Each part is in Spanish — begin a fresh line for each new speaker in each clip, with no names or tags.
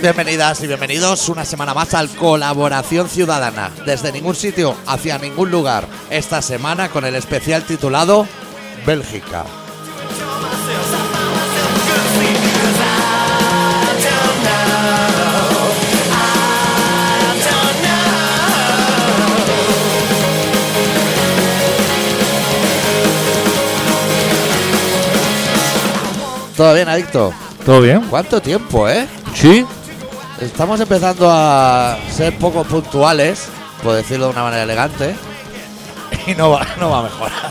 Bienvenidas y bienvenidos una semana más al Colaboración Ciudadana. Desde ningún sitio, hacia ningún lugar. Esta semana con el especial titulado Bélgica. ¿Todo bien, Adicto?
¿Todo bien?
¿Cuánto tiempo, eh?
Sí.
Estamos empezando a ser poco puntuales, por decirlo de una manera elegante. Y no va, no va a mejorar.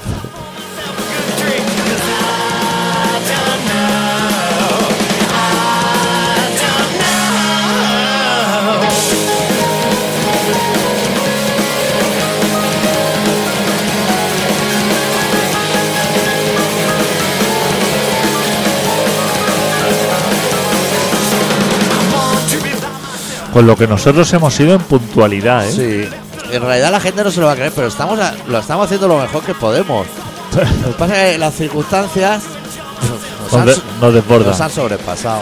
Con lo que nosotros hemos ido en puntualidad, ¿eh?
Sí. En realidad la gente no se lo va a creer, pero estamos a- lo estamos haciendo lo mejor que podemos. Lo que pasa es que las circunstancias nos
Nos,
han,
de- nos desborda.
nos han sobrepasado.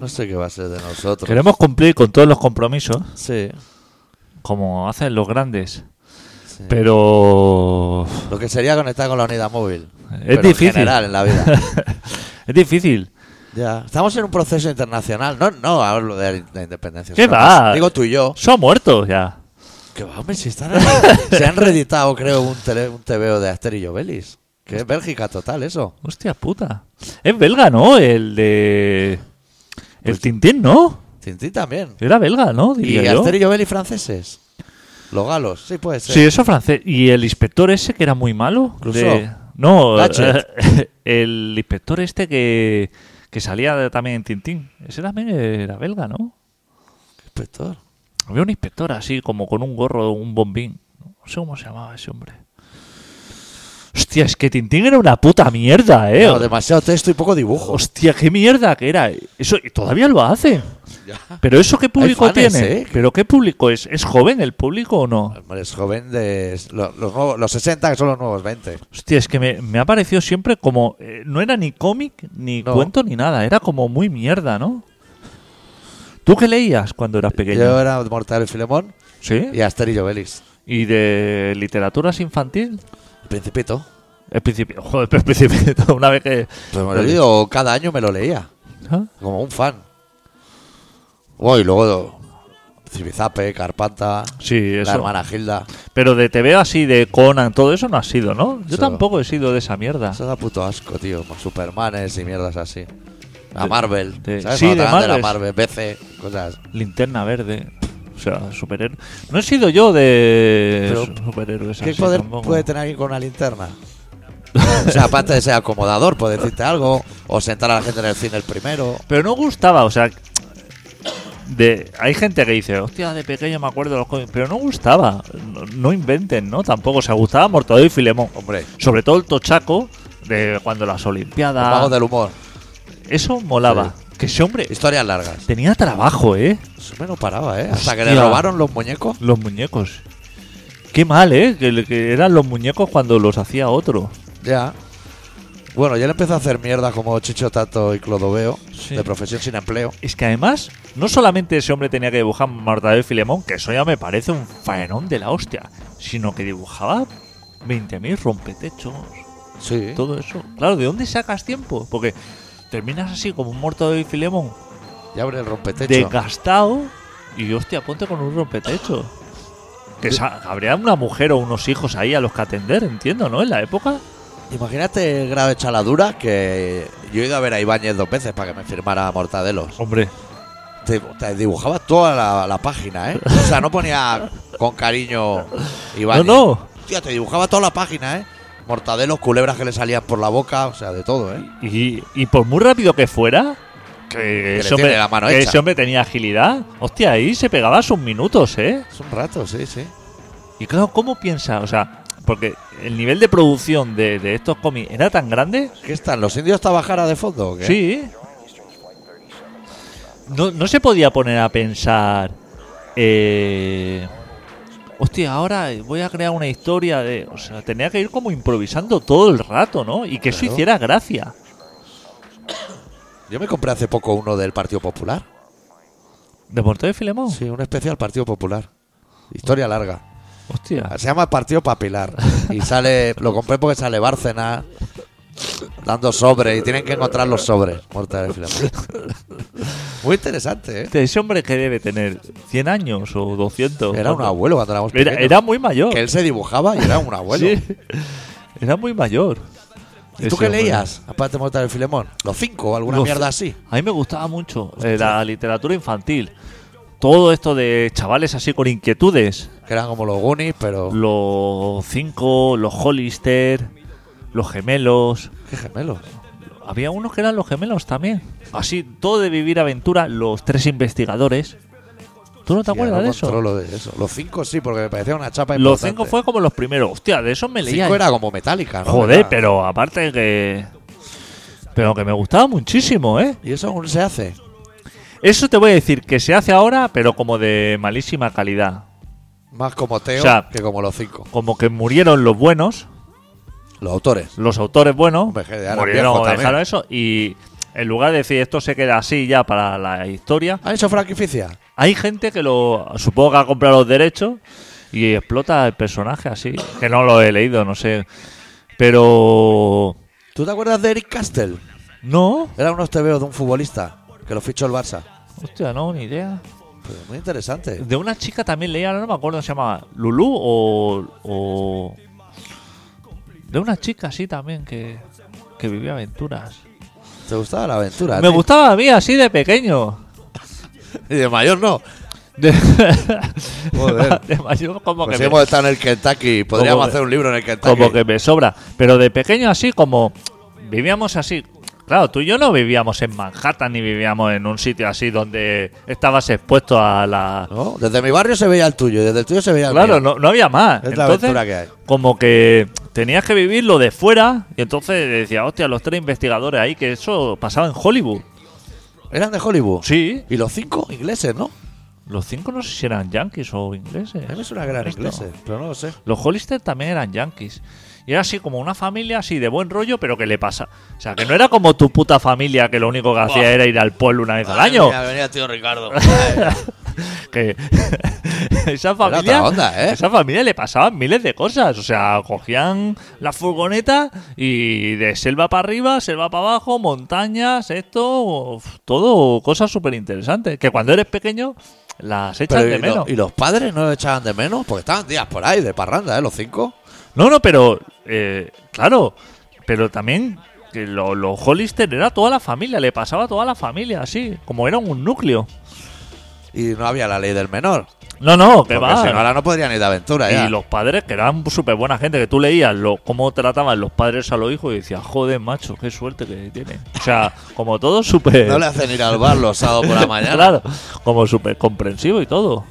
No sé qué va a ser de nosotros.
Queremos cumplir con todos los compromisos,
Sí,
como hacen los grandes.
sí.
Pero
Lo que sería conectar con la unidad móvil.
es
Pero
difícil.
En general, en la vida.
es difícil.
Ya. Estamos en un proceso internacional. No, no hablo de la independencia.
¿Qué
Sino
va?
más, Digo tú y yo.
Son muertos ya.
Que va, hombre, si están Se han reeditado, creo, un, tele, un TVO de Aster y Jovelis. Que es Bélgica total, eso.
Hostia puta. Es belga, ¿no? El de. El Tintín, ¿no?
Tintín también.
Era belga, ¿no?
Pues Y
Diría yo.
Aster y Jovelis franceses. Los galos, sí puede ser.
Sí, eso francés. ¿Y el inspector ese que era muy malo?
Clouseau.
No,
Gatchet.
el inspector este que, que salía de- también en Tintín. Ese también era belga, ¿no?
Inspector.
Había un inspector así, como con un gorro, un bombín. No sé cómo se llamaba ese hombre. Hostia, es que Tintín era una puta mierda, ¿eh?
No, demasiado texto y poco dibujo.
Hostia, qué mierda que era. Eso y todavía lo hacen. Pero eso qué público
fans,
tiene?
¿eh?
¿Pero qué público es? ¿Es joven el público o no?
Hombre, Es joven de lo- los, nuevos- los 60, que son los nuevos 20.
Hostia, es que me, me ha parecido siempre como. eh, no era ni cómic, ni
No.
cuento, ni nada. Era como muy mierda, ¿no? ¿Tú qué leías cuando eras pequeño?
Yo era Mortal y Filemón
¿Sí?
y Aster y Jovelis.
¿Y de literaturas infantil?
El Principito.
El principio. Joder, pero el principio. Una vez que.
Pues me lo he leído, cada año me lo leía.
¿Ah?
Como un fan. Bueno, y luego Cibizape, Carpanta,
Sí,
la
eso.
hermana Gilda.
Pero de TV así, de Conan, todo eso no ha sido, ¿no? Yo
Eso-
tampoco he sido de esa mierda.
Eso da puto asco, tío. Con Supermanes y mierdas así. La Marvel.
de-
¿Sabes?
sí,
Cuando
de
te hablan de la
Marvel.
Marvel, BC, cosas.
Linterna verde. O sea, superhéroe. No he sido yo de
Pero,
superhéroes
¿Qué
así
poder
tampoco.
puede tener alguien con una linterna? o sea, aparte de ser acomodador, puede decirte algo. O sentar a la gente en el cine el primero.
Pero no gustaba, o sea. De, hay gente que dice, hostia, de pequeño me acuerdo de los cómics, pero no gustaba. No, no inventen, ¿no? Tampoco. O sea, gustaba Mortadelo y Filemón.
Hombre, los
Sobre todo el tochaco de cuando las Olimpiadas.
magos del humor.
Eso molaba. Que ese hombre
Historias largas.
tenía trabajo, ¿eh?
Eso me no paraba, ¿eh? Hasta que le
Hostia.
robaron los muñecos.
Los muñecos. Qué mal, ¿eh? Que, le- que eran los muñecos cuando los hacía otro.
Ya. Bueno, ya le empezó a hacer mierda como Chicho Tato y Clodoveo,
Sí.
de profesión sin empleo.
Es que además, no solamente ese hombre tenía que dibujar Mortadelo y Filemón, que eso ya me parece un faenón de la hostia, sino que dibujaba 20.000 rompetechos, ¿eh?
Sí.
todo eso. Claro, ¿de dónde sacas tiempo? Porque terminas así como un Mortadelo y Filemón
Y abre el rompetecho.
desgastado y hostia, ponte con un rompetecho. Que sa- habría una mujer o unos hijos ahí a los que atender, entiendo, ¿no? En la época.
Imagínate el grado de chaladura que yo he ido a ver a Ibáñez dos veces para que me firmara Mortadelos.
Hombre,
Te, te dibujaba toda la, la página, ¿eh? O sea, no ponía con cariño
no,
Ibáñez.
no.
Tío, te dibujaba toda la página, ¿eh? Mortadelos, culebras que le salían por la boca, o sea, de todo, ¿eh?
Y, y por muy rápido que fuera, Que
le tiene la mano
que
hecha.
ese hombre tenía agilidad. Hostia, ahí se pegaba sus minutos, ¿eh?
Es un rato, sí, sí.
Y claro, ¿cómo piensa? O sea, porque el nivel de producción de, de estos cómics era tan grande.
¿Qué están? ¿Los indios Tabajara de fondo? o qué?
Sí. No, no se podía poner a pensar. eh, Hostia, ahora voy a crear una historia de. O sea, tenía que ir como improvisando todo el rato, ¿no? Y que eso
Claro.
hiciera gracia.
Yo me compré hace poco uno del Partido Popular.
¿De Mortadelo y Filemón?
Sí, un especial Partido Popular. Historia larga.
Hostia.
Se llama Partido Papilar. Y sale. Lo compré porque sale Bárcena dando sobre y tienen que encontrar los sobres. Mortadelo y Filemón. Muy interesante, ¿eh?
Ese hombre que debe tener 100 años o 200.
Era un
¿cuánto?
abuelo cuando éramos
Era,
pequeños.
era muy mayor.
Que él se dibujaba y era un abuelo.
Sí. Era muy mayor.
¿Y tú
Ese
qué
hombre.
leías? Aparte de Mortadelo y Filemón. Los cinco o alguna
Los-
mierda así.
A mí me gustaba mucho eh, la literatura infantil. Todo esto de chavales así con inquietudes.
Que eran como los Goonies, pero.
Los cinco, los Hollister, los gemelos.
Qué gemelos.
Había unos que eran los gemelos también. Así, todo de vivir aventura, los tres investigadores. ¿Tú no te
Tía,
acuerdas
no
de eso?
controlo de eso. Los cinco sí, porque me parecía una chapa
Los
importante.
cinco fue como los primeros. Hostia, de esos me leía.
Cinco era como metálica, ¿no?
Joder,
Era-
pero aparte que. Pero que me gustaba muchísimo, ¿eh?
¿Y eso aún se hace?
Eso te voy a decir que se hace ahora, pero como de malísima calidad.
Más como Teo
O sea,
que como los cinco.
Como que murieron los buenos,
Los autores.
los autores buenos,
Hombre, que ahora
murieron,
viejo también.
dejaron eso, y en lugar de decir esto se queda así ya para la historia,
¿Han hecho franquicia?
hay gente que lo. Supongo que ha comprado los derechos y explota el personaje así. Que no lo he leído, no sé. Pero.
¿Tú te acuerdas de Eric Castell?
No,
Era unos tebeos de un futbolista que lo fichó el Barça.
hostia, no, ni idea.
Pues muy interesante.
De una chica también leía, ahora no me acuerdo, se llamaba Lulu o. o- de una chica así también que, que vivía aventuras.
¿Te gustaba la aventura?
Me
tío?
gustaba a mí así de pequeño.
Y de mayor no.
De,
Joder.
de mayor como
Pues si
que
hemos
me,
estado en el Kentucky, podríamos
que-
hacer un libro en el Kentucky.
como que me sobra. Pero de pequeño así como vivíamos así. Claro, tú y yo no vivíamos en Manhattan ni vivíamos en un sitio así donde estabas expuesto a la...
¿No? Desde mi barrio se veía el tuyo y desde el tuyo se veía el
Claro,
mío.
no, no había más.
Es la
entonces,
aventura que hay.
como que tenías que vivir lo de fuera. Y entonces decía, hostia, los tres investigadores ahí, que eso pasaba en Hollywood.
Eran de Hollywood.
Sí.
Y los cinco ingleses, ¿no?
Los cinco no sé si eran yankees o ingleses.
A mí me suena que eran
Esto.
ingleses, pero no lo sé.
Los Hollister también eran yankees. Y era así como una familia así de buen rollo, pero que le pasa. O sea, que no era como tu puta familia que lo único que hacía era ir al pueblo una vez al año.
venía tío Ricardo.
que esa
otra
familia
onda, ¿eh?
esa familia le pasaban miles de cosas o sea cogían la furgoneta y de selva para arriba selva para abajo montañas esto uf, todo cosas súper interesantes que cuando eres pequeño las echas
Pero y,
de
lo-
menos
y los padres no lo echaban de menos? Porque estaban días por ahí de parranda, ¿eh? Los cinco.
no no pero eh, claro pero también que lo, lo Hollister era toda la familia le pasaba a toda la familia así como era un núcleo
Y no había la ley del menor.
no no
Porque
que va
si no, ahora no podrían ir de aventura ya.
Y los padres, que eran súper buena gente, que tú leías lo, cómo trataban los padres a los hijos y decías, joder, macho, qué suerte que tienen. O sea, como todo súper.
No le hacen ir al bar los sábados por la mañana.
Claro, como súper comprensivo y todo.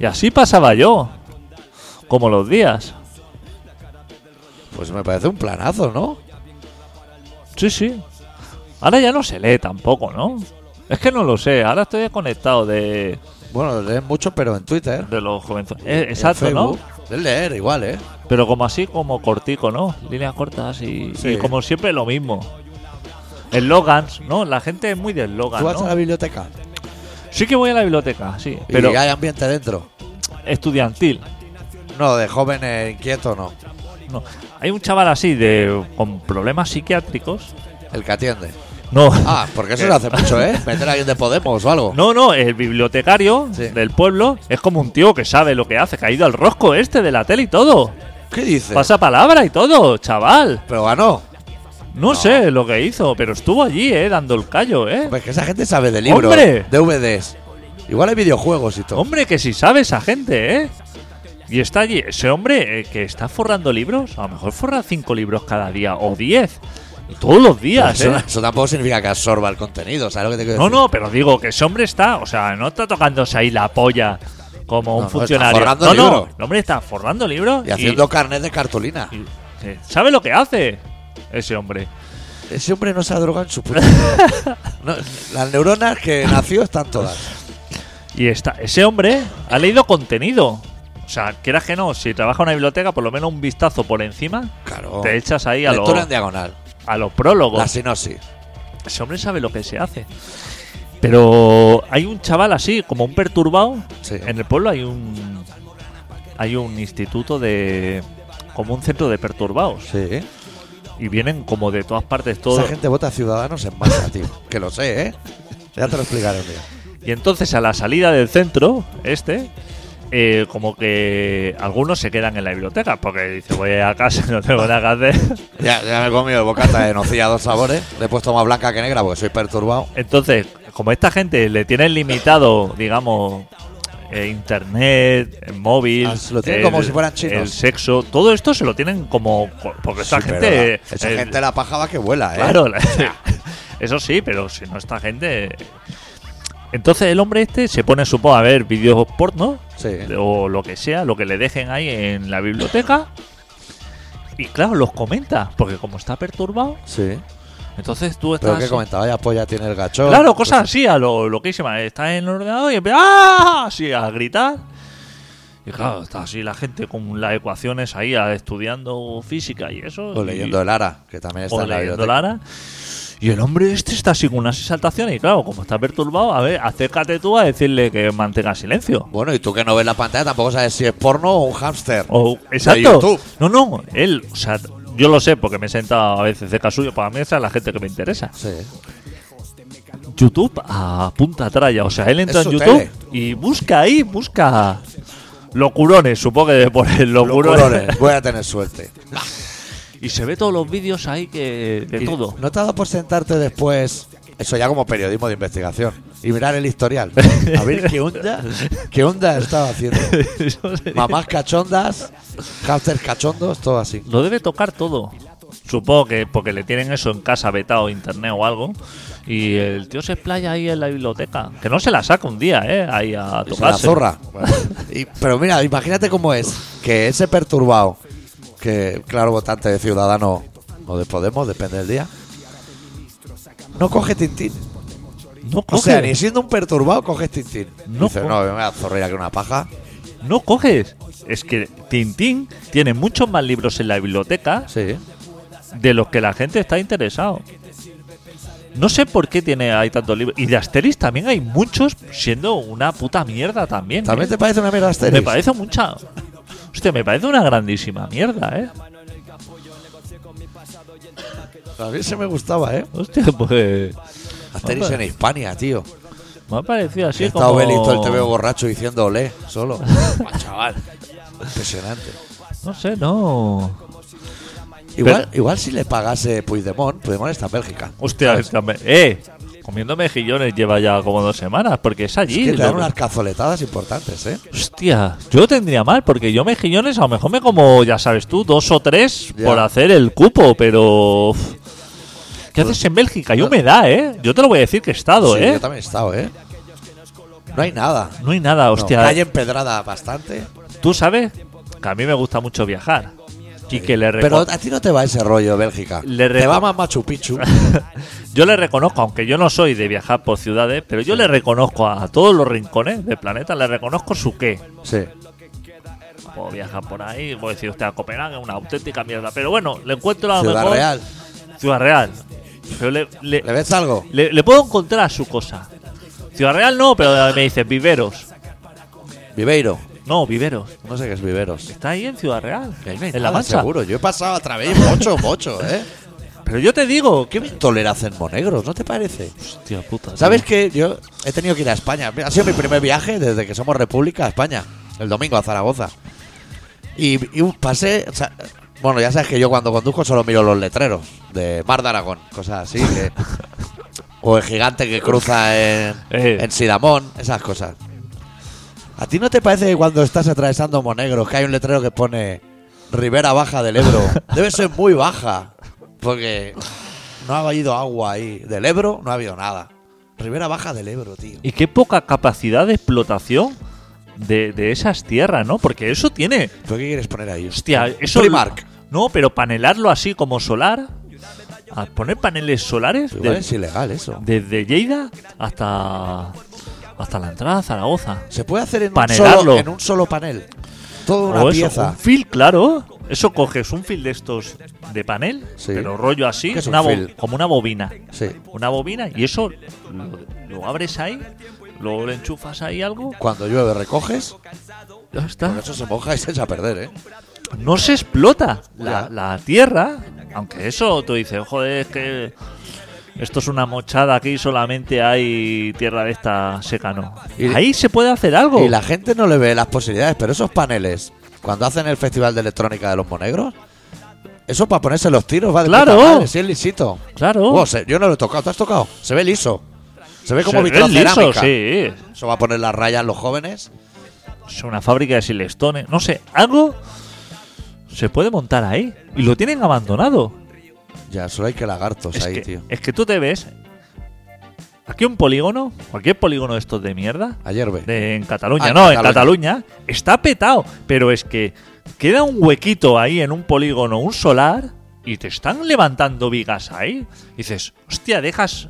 Y así pasaba yo. Como los días.
Pues me parece un planazo, ¿no?
Sí, sí. Ahora ya no se lee tampoco, ¿no? Es que no lo sé, ahora estoy desconectado de,
Bueno, leen mucho, pero en Twitter.
de los jóvenes.
en
Exacto, ¿no?
Facebook. Es leer igual, ¿eh?
Pero como así, como cortico, ¿no? Líneas cortas y,
Sí.
y como siempre lo mismo. Eslogans, ¿no? La gente es muy de
Tú
eslogan,
vas a la
¿no?
biblioteca
Sí que voy a la biblioteca, sí.
y
Pero
hay ambiente dentro.
estudiantil.
No, de jóvenes inquietos no.
No. Hay un chaval así de con problemas psiquiátricos.
El que atiende.
No.
Ah, porque eso lo hace mucho, ¿eh? Meter a alguien de Podemos o algo.
No, no, el bibliotecario
Sí.
del pueblo es como un tío que sabe lo que hace, que ha ido al rosco este de la tele y todo.
¿Qué dices?
Pasa palabra y todo, chaval.
Pero ganó.
No, sé lo que hizo, pero estuvo allí, eh, dando el callo, eh.
Pues que esa gente sabe de libros,
¡Hombre!
DVDs. Igual hay videojuegos y todo.
Hombre, que si sabe esa gente, ¿eh? Y está allí, ese hombre eh, que está forrando libros, a lo mejor forra cinco libros cada día o 10. Todos los días,
Eso,
¿eh?
eso tampoco significa que absorba el contenido, ¿sabes lo que te quiero
No,
decir?
no, pero digo que ese hombre está, o sea, no está tocándose ahí la polla como
No,
un
no, está
funcionario.
forrando
no, no,
libros.
el hombre está forrando libros
Y haciendo carnet de cartulina.
y- sí, ¿Sabe lo que hace ese hombre?
Ese hombre no se ha drogado en su puta vida. No, Las neuronas que nació están todas.
Y está, ese hombre ha leído contenido. O sea, quieras que no, si trabaja en una biblioteca, por lo menos un vistazo por encima,
Claro.
te echas ahí a, los
Oh. Lectura en diagonal.
a los prólogos.
La sinopsis.
Ese hombre sabe lo que se hace. Pero hay un chaval así, como un perturbado.
Sí.
En el pueblo hay un. Hay un instituto de. Como un centro de perturbados.
Sí.
Y vienen como de todas partes todo.
Esa gente vota a Ciudadanos en masa, tío. Que lo sé, ¿eh? Ya te lo explicaré un día.
Y entonces a la salida del centro, este. eh, como que algunos se quedan en la biblioteca porque dice voy a casa no tengo nada que hacer
Ya, ya me he comido el bocata de nocilla dos sabores. Le he puesto más blanca que negra porque soy perturbado.
Entonces, como esta gente le tienen limitado, digamos, eh, internet, el móvil,
Ah, se lo tienen como si fueran chinos.
el sexo, todo esto se lo tienen como co- porque esta
Sí, pero
gente,
la- esa
el-
gente la paja va que vuela, ¿eh?
claro, la- eso sí, pero si no esta gente, eh. entonces el hombre este se pone supongo a ver vídeos porno
Sí.
o lo que sea, lo que le dejen ahí en la biblioteca. Y claro, los comenta, porque como está perturbado,
Sí.
entonces tú estás
Pero Pues que comentaba, ya polla tiene el gacho.
Claro, cosas así, a lo loquísima. Estás en el ordenador y empieza ¡ah! así a gritar. Y claro, está así la gente con las ecuaciones ahí a- estudiando física y eso.
O
y-
leyendo el Ara, que también está
o
en la
leyendo
biblioteca.
Lara. Y el hombre este está así con unas exaltaciones. Y claro, como está perturbado, a ver, acércate tú a decirle que mantenga silencio.
Bueno, y tú que no ves la pantalla tampoco sabes si es porno o un hámster.
O,
YouTube.
exacto. No, no, él, o sea, yo lo sé porque me he sentado a veces cerca suyo. Para mí esa es la gente que me interesa.
Sí.
YouTube a punta tralla. O sea, él entra
Es
en
su
YouTube
tele.
y busca ahí, busca locurones, supongo que debe poner locurones.
Colores, voy a tener suerte.
Y se ve todos los vídeos ahí que de
Y
todo.
¿No te ha dado por sentarte después? Eso ya como periodismo de investigación. Y mirar el historial. A ver qué onda. ¿Qué onda estaba haciendo?
Eso se-
Mamás cachondas, hamsters cachondos, todo así.
Lo debe tocar todo. Supongo que porque le tienen eso en casa vetado internet o algo. Y el tío se explaya ahí en la biblioteca. Que no se la saca un día, ¿eh? Ahí a
O sea, la
tocarse.
zorra. Pues Y- pero mira, imagínate cómo es que ese perturbado, que claro, votante de Ciudadano o de Podemos, depende del día, no coge tintín.
No
O sea, ni
coges.
siendo un perturbado coges tintín.
No
Dice,
co-
no, me voy a zorrear que una paja.
No coges. Es que Tintín tiene muchos más libros en la biblioteca
Sí.
de los que la gente está interesado. No sé por qué tiene hay tantos libros. Y de Asterix también hay muchos, siendo una puta mierda también. ¿eh?
¿También te parece una mierda Asterix?
Me parece mucha. Hostia, me parece una grandísima mierda, ¿eh?
A mí se me gustaba, ¿eh?
Hostia, pues.
Asterix en Hispania, tío.
Me ha parecido así
He
como.
estado Belis todo el TV borracho diciendo olé, solo. Buah, Chaval. Impresionante.
No sé, no.
Igual, igual si le pagase Puigdemont, Puigdemont está en Bélgica.
Hostia, es que me- eh. Comiendo mejillones lleva ya como dos semanas, porque es
Es
allí.
que te dan
lo-
unas cazoletadas importantes, ¿eh?
Hostia, yo tendría mal, porque yo mejillones a lo mejor me como, ya sabes tú, dos o tres
Ya.
por hacer el cupo, pero. uf. ¿Qué haces en Bélgica? Hay humedad, ¿eh? Yo te lo voy a decir que he estado,
Sí,
¿eh?
Yo también he estado, ¿eh? No hay nada.
No hay nada,
No,
hostia. eh.
calle empedrada bastante.
tú sabes que a mí me gusta mucho viajar. Y que le, reco-
Pero a ti no te va ese rollo, Bélgica.
Le
te
reco-
va más Machu Picchu.
yo le reconozco, aunque yo no soy de viajar por ciudades, pero yo le reconozco a, a todos los rincones del planeta, le reconozco su qué.
sí.
Puedo viajar por ahí, puedo decir, hostia, Copenhague, una auténtica mierda. Pero bueno, le encuentro a lo
Ciudad
mejor-
Real.
Ciudad Real. Pero le, le-
¿Le ves algo?
le- le puedo encontrar su cosa. Ciudad Real no, pero me dices viveros.
Viveiro.
No, viveros.
No sé qué es Viveros.
Está ahí en Ciudad Real.
Que ahí no hay
En la
nada,
mancha.
Seguro. Yo he pasado a través mucho, mucho, ¿eh?
Pero yo te digo,
¿Qué
que.
ventolera hacen monegros? ¿No te parece?
Hostia puta. tío.
¿Sabes que yo he tenido que ir a España? Ha sido mi primer viaje desde que somos república a España, el domingo a Zaragoza. Y, y un- pasé, o sea, bueno, ya sabes que yo cuando conduzco solo miro los letreros de Mar de Aragón, cosas así. que- o el gigante que cruza en,
Eh.
en Sidamón, esas cosas. ¿A ti no te parece que cuando estás atravesando Monegros que hay un letrero que pone Ribera Baja del Ebro? Debe ser muy baja, porque no ha habido agua ahí. Del Ebro no ha habido nada. Ribera Baja del Ebro, tío.
Y qué poca capacidad de explotación de, de esas tierras, ¿no? Porque eso tiene.
¿Pero qué quieres poner ahí?
Hostia, eso.
Primark.
No, pero panelarlo así como solar. A poner paneles solares
Igual
de-
es ilegal eso.
desde Lleida hasta. Hasta la entrada a Zaragoza.
Se puede hacer en un,
Panelarlo.
solo, en un solo panel. Toda una
O eso,
pieza.
un fil, claro. Eso coges un fil de estos de panel,
Sí.
pero rollo así,
¿Qué es un
una bo-
fil?
como una bobina.
Sí.
Una bobina y eso lo, lo abres ahí, luego le enchufas ahí algo,
Cuando llueve recoges,
ya
porque
está.
eso se moja y se echa a perder, ¿eh?
No se explota la,
Ya.
la tierra, aunque eso tú dices, joder, es que esto es una mochada aquí, solamente hay tierra de esta seca, no.
Y-
ahí se puede hacer algo.
Y la gente no le ve las posibilidades, pero esos paneles, cuando hacen el Festival de Electrónica de los Monegros, eso para ponerse los tiros va de
Claro.
puta madre, si es lisito.
Claro.
Oh, se- yo no lo he tocado, ¿te has tocado? Se ve liso. Se ve como
Se ve liso,
vitrocerámica.
sí.
Eso va a poner las rayas los jóvenes.
es una fábrica de silestones, no sé, algo se puede montar ahí. Y lo tienen abandonado.
Ya, solo hay que lagartos
Es,
Pues ahí,
que,
tío.
es que tú te ves. Aquí un polígono, cualquier polígono de estos de mierda,
Ayer ve.
de- en Cataluña,
Ah, en
no, en Cataluña, está petado. Pero es que queda un huequito ahí en un polígono, un solar, y te están levantando vigas ahí. Y dices, hostia, dejas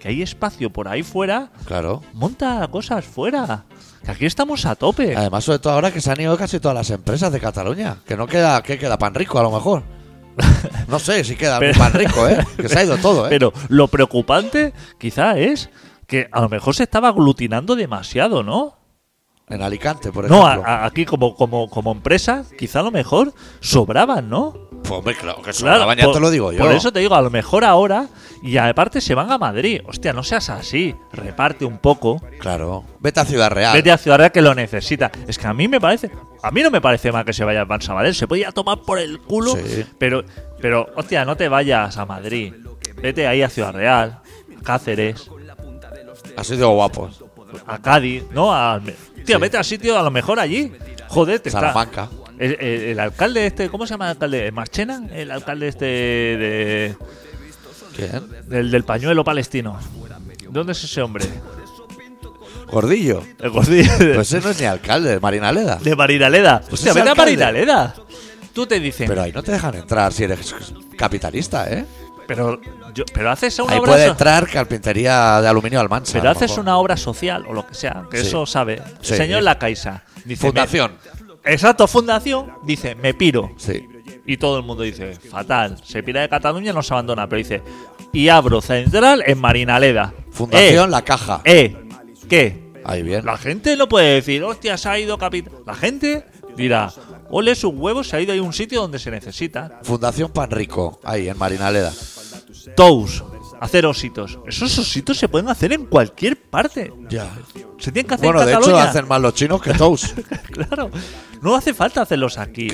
que hay espacio por ahí fuera,
Claro.
monta cosas fuera. Que aquí estamos a tope.
Además, sobre todo ahora que se han ido casi todas las empresas de Cataluña. Que no queda, que queda pan rico a lo mejor. No sé si queda
Pero-
pan rico, ¿eh? Que se ha ido todo, ¿eh?
Pero lo preocupante quizá es que a lo mejor se estaba aglutinando demasiado, ¿no?
en Alicante, por
No,
ejemplo.
a- a- aquí como, como, como empresa, quizá a lo mejor sobraban, ¿no?
Pues hombre, claro que sobraban, ya
por-
te lo digo yo.
Por eso te digo, a lo mejor ahora, y aparte se van a Madrid. Hostia, no seas así, reparte un poco.
Claro. Vete a Ciudad Real.
Vete a Ciudad Real que lo necesita. Es que a mí me parece. A mí no me parece mal que se vaya a Sabadell. Se podía tomar por el culo.
Sí.
Pero, pero, hostia, no te vayas a Madrid. Vete ahí a Ciudad Real, Cáceres.
Ha sido guapo.
a Cádiz, ¿no? A, tío, vete al sitio, a lo mejor allí. Joder, te está-
Salamanca.
El, el- el alcalde este, ¿cómo se llama el alcalde? ¿Marchena? El alcalde este de,
¿Quién?
del, del pañuelo palestino. ¿Dónde es ese hombre?
Gordillo.
El gordillo de,
Pues ese no es ni alcalde, es Marinaleda.
de Marinaleda.
Pues
Hostia,
ese
vete a
alcalde.
Marinaleda. Tú te dicen,
Pero
pero,
ahí no te dejan entrar si eres capitalista, ¿eh?
yo- pero haces una
Ahí
obra
puede
so-
entrar carpintería de aluminio al mancha.
pero haces una obra social o lo que sea, que
Sí.
eso sabe. El
Sí.
Señor La Caixa. Dice, me-
Fundación.
exacto, fundación. Dice, me piro.
Sí.
Y todo el mundo dice, fatal, se pira de Cataluña, no se abandona, pero dice, y abro central en Marinaleda.
Fundación La Caja.
Eh, eh, ¿qué?
Ahí bien.
La gente no puede decir, hostia, se ha ido capital. La gente dirá, ole sus huevos, se ha ido a un sitio donde se necesita.
Fundación Panrico. Ahí, en Marinaleda.
Tous, hacer ositos. Esos ositos se pueden hacer en cualquier parte.
Ya.
Se tienen que hacer
Bueno,
en
de hecho
Cataluña.
hacen más los chinos que todos.
claro. No hace falta hacerlos aquí.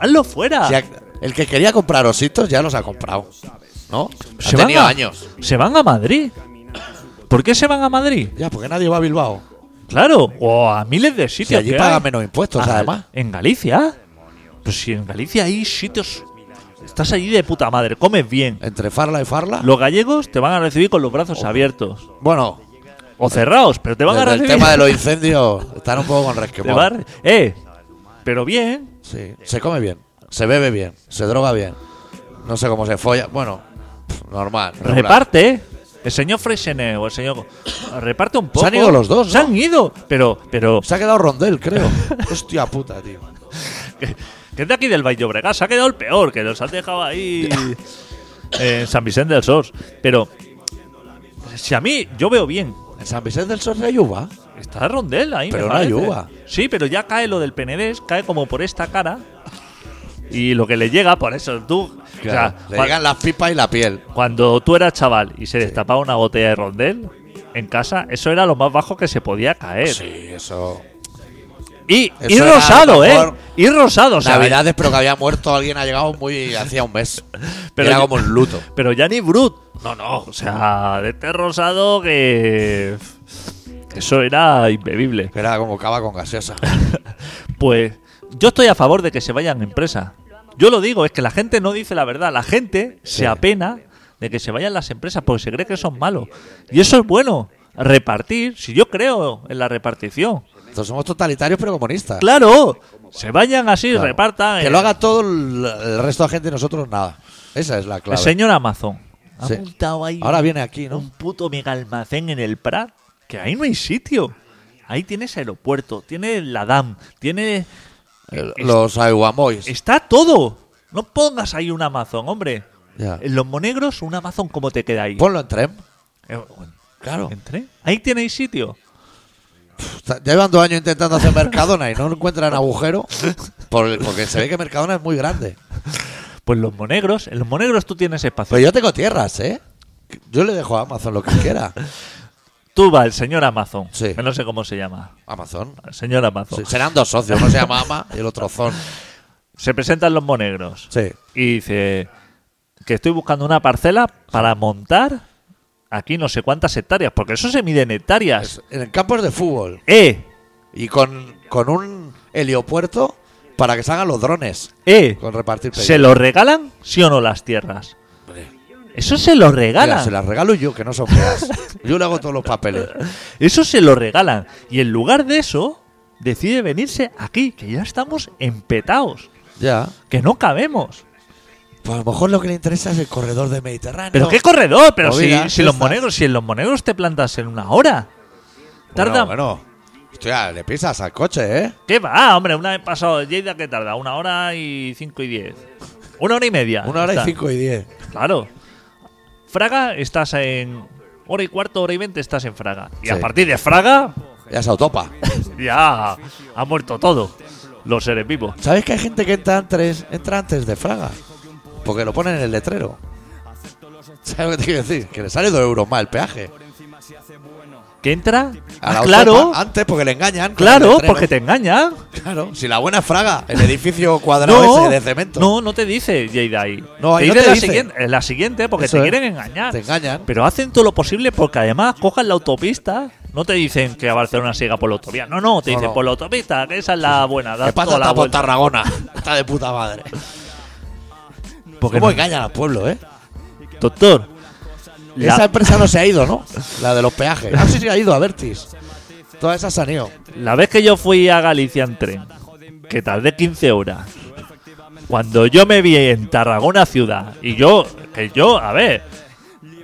Hazlo fuera.
Si ha- el que quería comprar ositos ya los ha comprado. ¿No?
Se
ha
van
tenido
a-
años.
Se van a Madrid. ¿Por qué se van a Madrid?
Ya, porque nadie va a Bilbao.
Claro, o a miles de
Y
sitios.
allí
que
pagan
hay.
menos impuestos,
Ah,
además.
¿En Galicia? Pues si en Galicia hay sitios. Estás allí de puta madre, comes bien.
Entre Farla y Farla.
Los gallegos te van a recibir con los brazos abiertos.
Bueno,
O cerrados, pero te van a
desde el
recibir.
tema de los incendios están un poco con
te van
resquemor.
a- Eh, pero bien.
Sí. Se come bien, se bebe bien, se droga bien. No sé cómo se folla. Bueno, pff, normal. regular.
Reparte. El señor Freixenet o el señor. Reparte un poco.
han ido los dos,
Se
¿no?
han ido. Pero, pero.
Se ha quedado Rondel, creo. Hostia puta, tío.
Que es de aquí del Valle Obregón. Se ha quedado el peor, que los han dejado ahí en San Vicente del Sos. Pero si a mí, yo veo bien.
En San Vicente del Sol no hay uva.
Está Rondel ahí.
Pero
me
no hay
parece.
uva.
Sí, pero ya cae lo del PNDES, cae como por esta cara. Y lo que le llega, por eso tú. o sea,
Claro, le
cua-
llegan las pipas y la piel.
cuando tú eras chaval y se destapaba una botella de Rondel en casa, eso era lo más bajo que se podía caer.
Sí, eso.
Y,
Eso
y
era,
rosado,
a lo
¿eh?
mejor,
Y rosado, o sea,
Navidades, pero que había muerto alguien, ha llegado muy hacía un mes.
Pero
Era
yo-
como un luto.
Pero ya ni Brut. No, no. O sea, de este rosado que. que Eso era imbebible.
Era como cava con gaseosa.
Pues yo estoy a favor de que se vayan empresas. Yo lo digo, es que la gente no dice la verdad. La gente se apena de que se vayan las empresas porque se cree que son malos. Y eso es bueno. Repartir, si yo creo en la repartición.
Entonces somos totalitarios pero comunistas.
Claro, se vayan así,
Claro.
repartan.
Que
eh,
lo haga todo el, el resto de gente y nosotros nada. Esa es la
El
clave.
señor Amazon. Ha
Sí.
montado ahí
Ahora viene aquí, ¿no?
un puto mega almacén en el Prat, que ahí no hay sitio. Ahí tienes aeropuerto, tienes la DAM, tienes...
El-
es-
los aguamois.
Está todo. No pongas ahí un Amazon, hombre.
Ya.
En los monegros, un Amazon, ¿cómo te queda ahí?
Ponlo en tren.
Eh,
Claro.
¿Entré? Ahí tenéis sitio.
Está- ya Llevan dos años intentando hacer Mercadona y no encuentran agujero. por el- porque se ve que Mercadona es muy grande.
Pues los monegros, en los monegros tú tienes espacio.
Pero yo tengo tierras, ¿eh? Yo le dejo a Amazon lo que quiera.
Tú vas, el señor Amazon.
Sí.
Que no sé cómo se llama.
Amazon.
El señor Amazon.
Sí, serán dos socios. Uno se llama Ama y el otro Zon.
Se presentan los monegros.
Sí.
y dice que estoy buscando una parcela para montar aquí no sé cuántas hectáreas, porque eso se mide en hectáreas.
Es- en campos de fútbol.
Eh,
Y con, con un heliopuerto para que salgan los drones.
eh,
Con repartir
¿se lo regalan sí o no las tierras? Eso se lo regalan.
Mira, se las regalo yo, que no son feas. Yo le hago todos los papeles.
Eso se lo regalan. Y en lugar de eso, decide venirse aquí, que ya estamos empetados,
Ya.
que no cabemos.
Pues a lo mejor lo que le interesa es el corredor de Mediterráneo.
Pero qué corredor, pero
No
si,
digas
si los
fiestas.
monegros, si en los monegros te plantas en una hora.
Bueno,
Tarda,
Bueno, Hostia, le pisas al coche, ¿eh?
¿Qué va, Ah, hombre? Una vez pasado de Lleida, ¿qué tarda? Una hora y cinco y diez. Una hora y media.
Una hora y
Está.
cinco y diez.
Claro. Fraga, estás en. Hora y cuarto, hora y veinte, estás en Fraga. Y a
Sí.
partir de Fraga,
Ya se autopa.
ya ha muerto todo. Los seres vivos.
¿Sabes que hay gente que entra antes, entra antes de Fraga? Porque lo ponen en el letrero. ¿Sabes lo que te quiero decir? Que le sale dos euros más el peaje.
¿Qué entra?
A
Ah,
la
claro,
autopa, antes porque le engañan. con el
claro,
letrero.
porque te engaña.
Claro, si la buena es Fraga, el edificio cuadrado
No,
ese de cemento.
no, no te dice Lleida ahí.
No, ahí no te
te dice la,
dice.
Siguiente, eh, la siguiente, porque
Eso
te
es.
quieren engañar.
Te engañan.
Pero hacen todo lo posible porque además cojan la autopista. No te dicen que a Barcelona siga por la autovía. No, no, te
No,
dicen
no.
por la autopista, que esa es la buena. Da
¿Qué pasa
toda la
hasta por
vuelta.
Tarragona? Está de puta madre.
Porque
¿Cómo
no-
engañan al pueblo, eh?
Doctor, la-
Esa empresa no se ha ido, ¿no? La de los peajes. No sé si ha ido a Vertis. Todas esas se han ido.
la vez que yo fui a Galicia en tren, que tardé 15 horas, cuando yo me vi en Tarragona ciudad, y yo, que yo, a ver,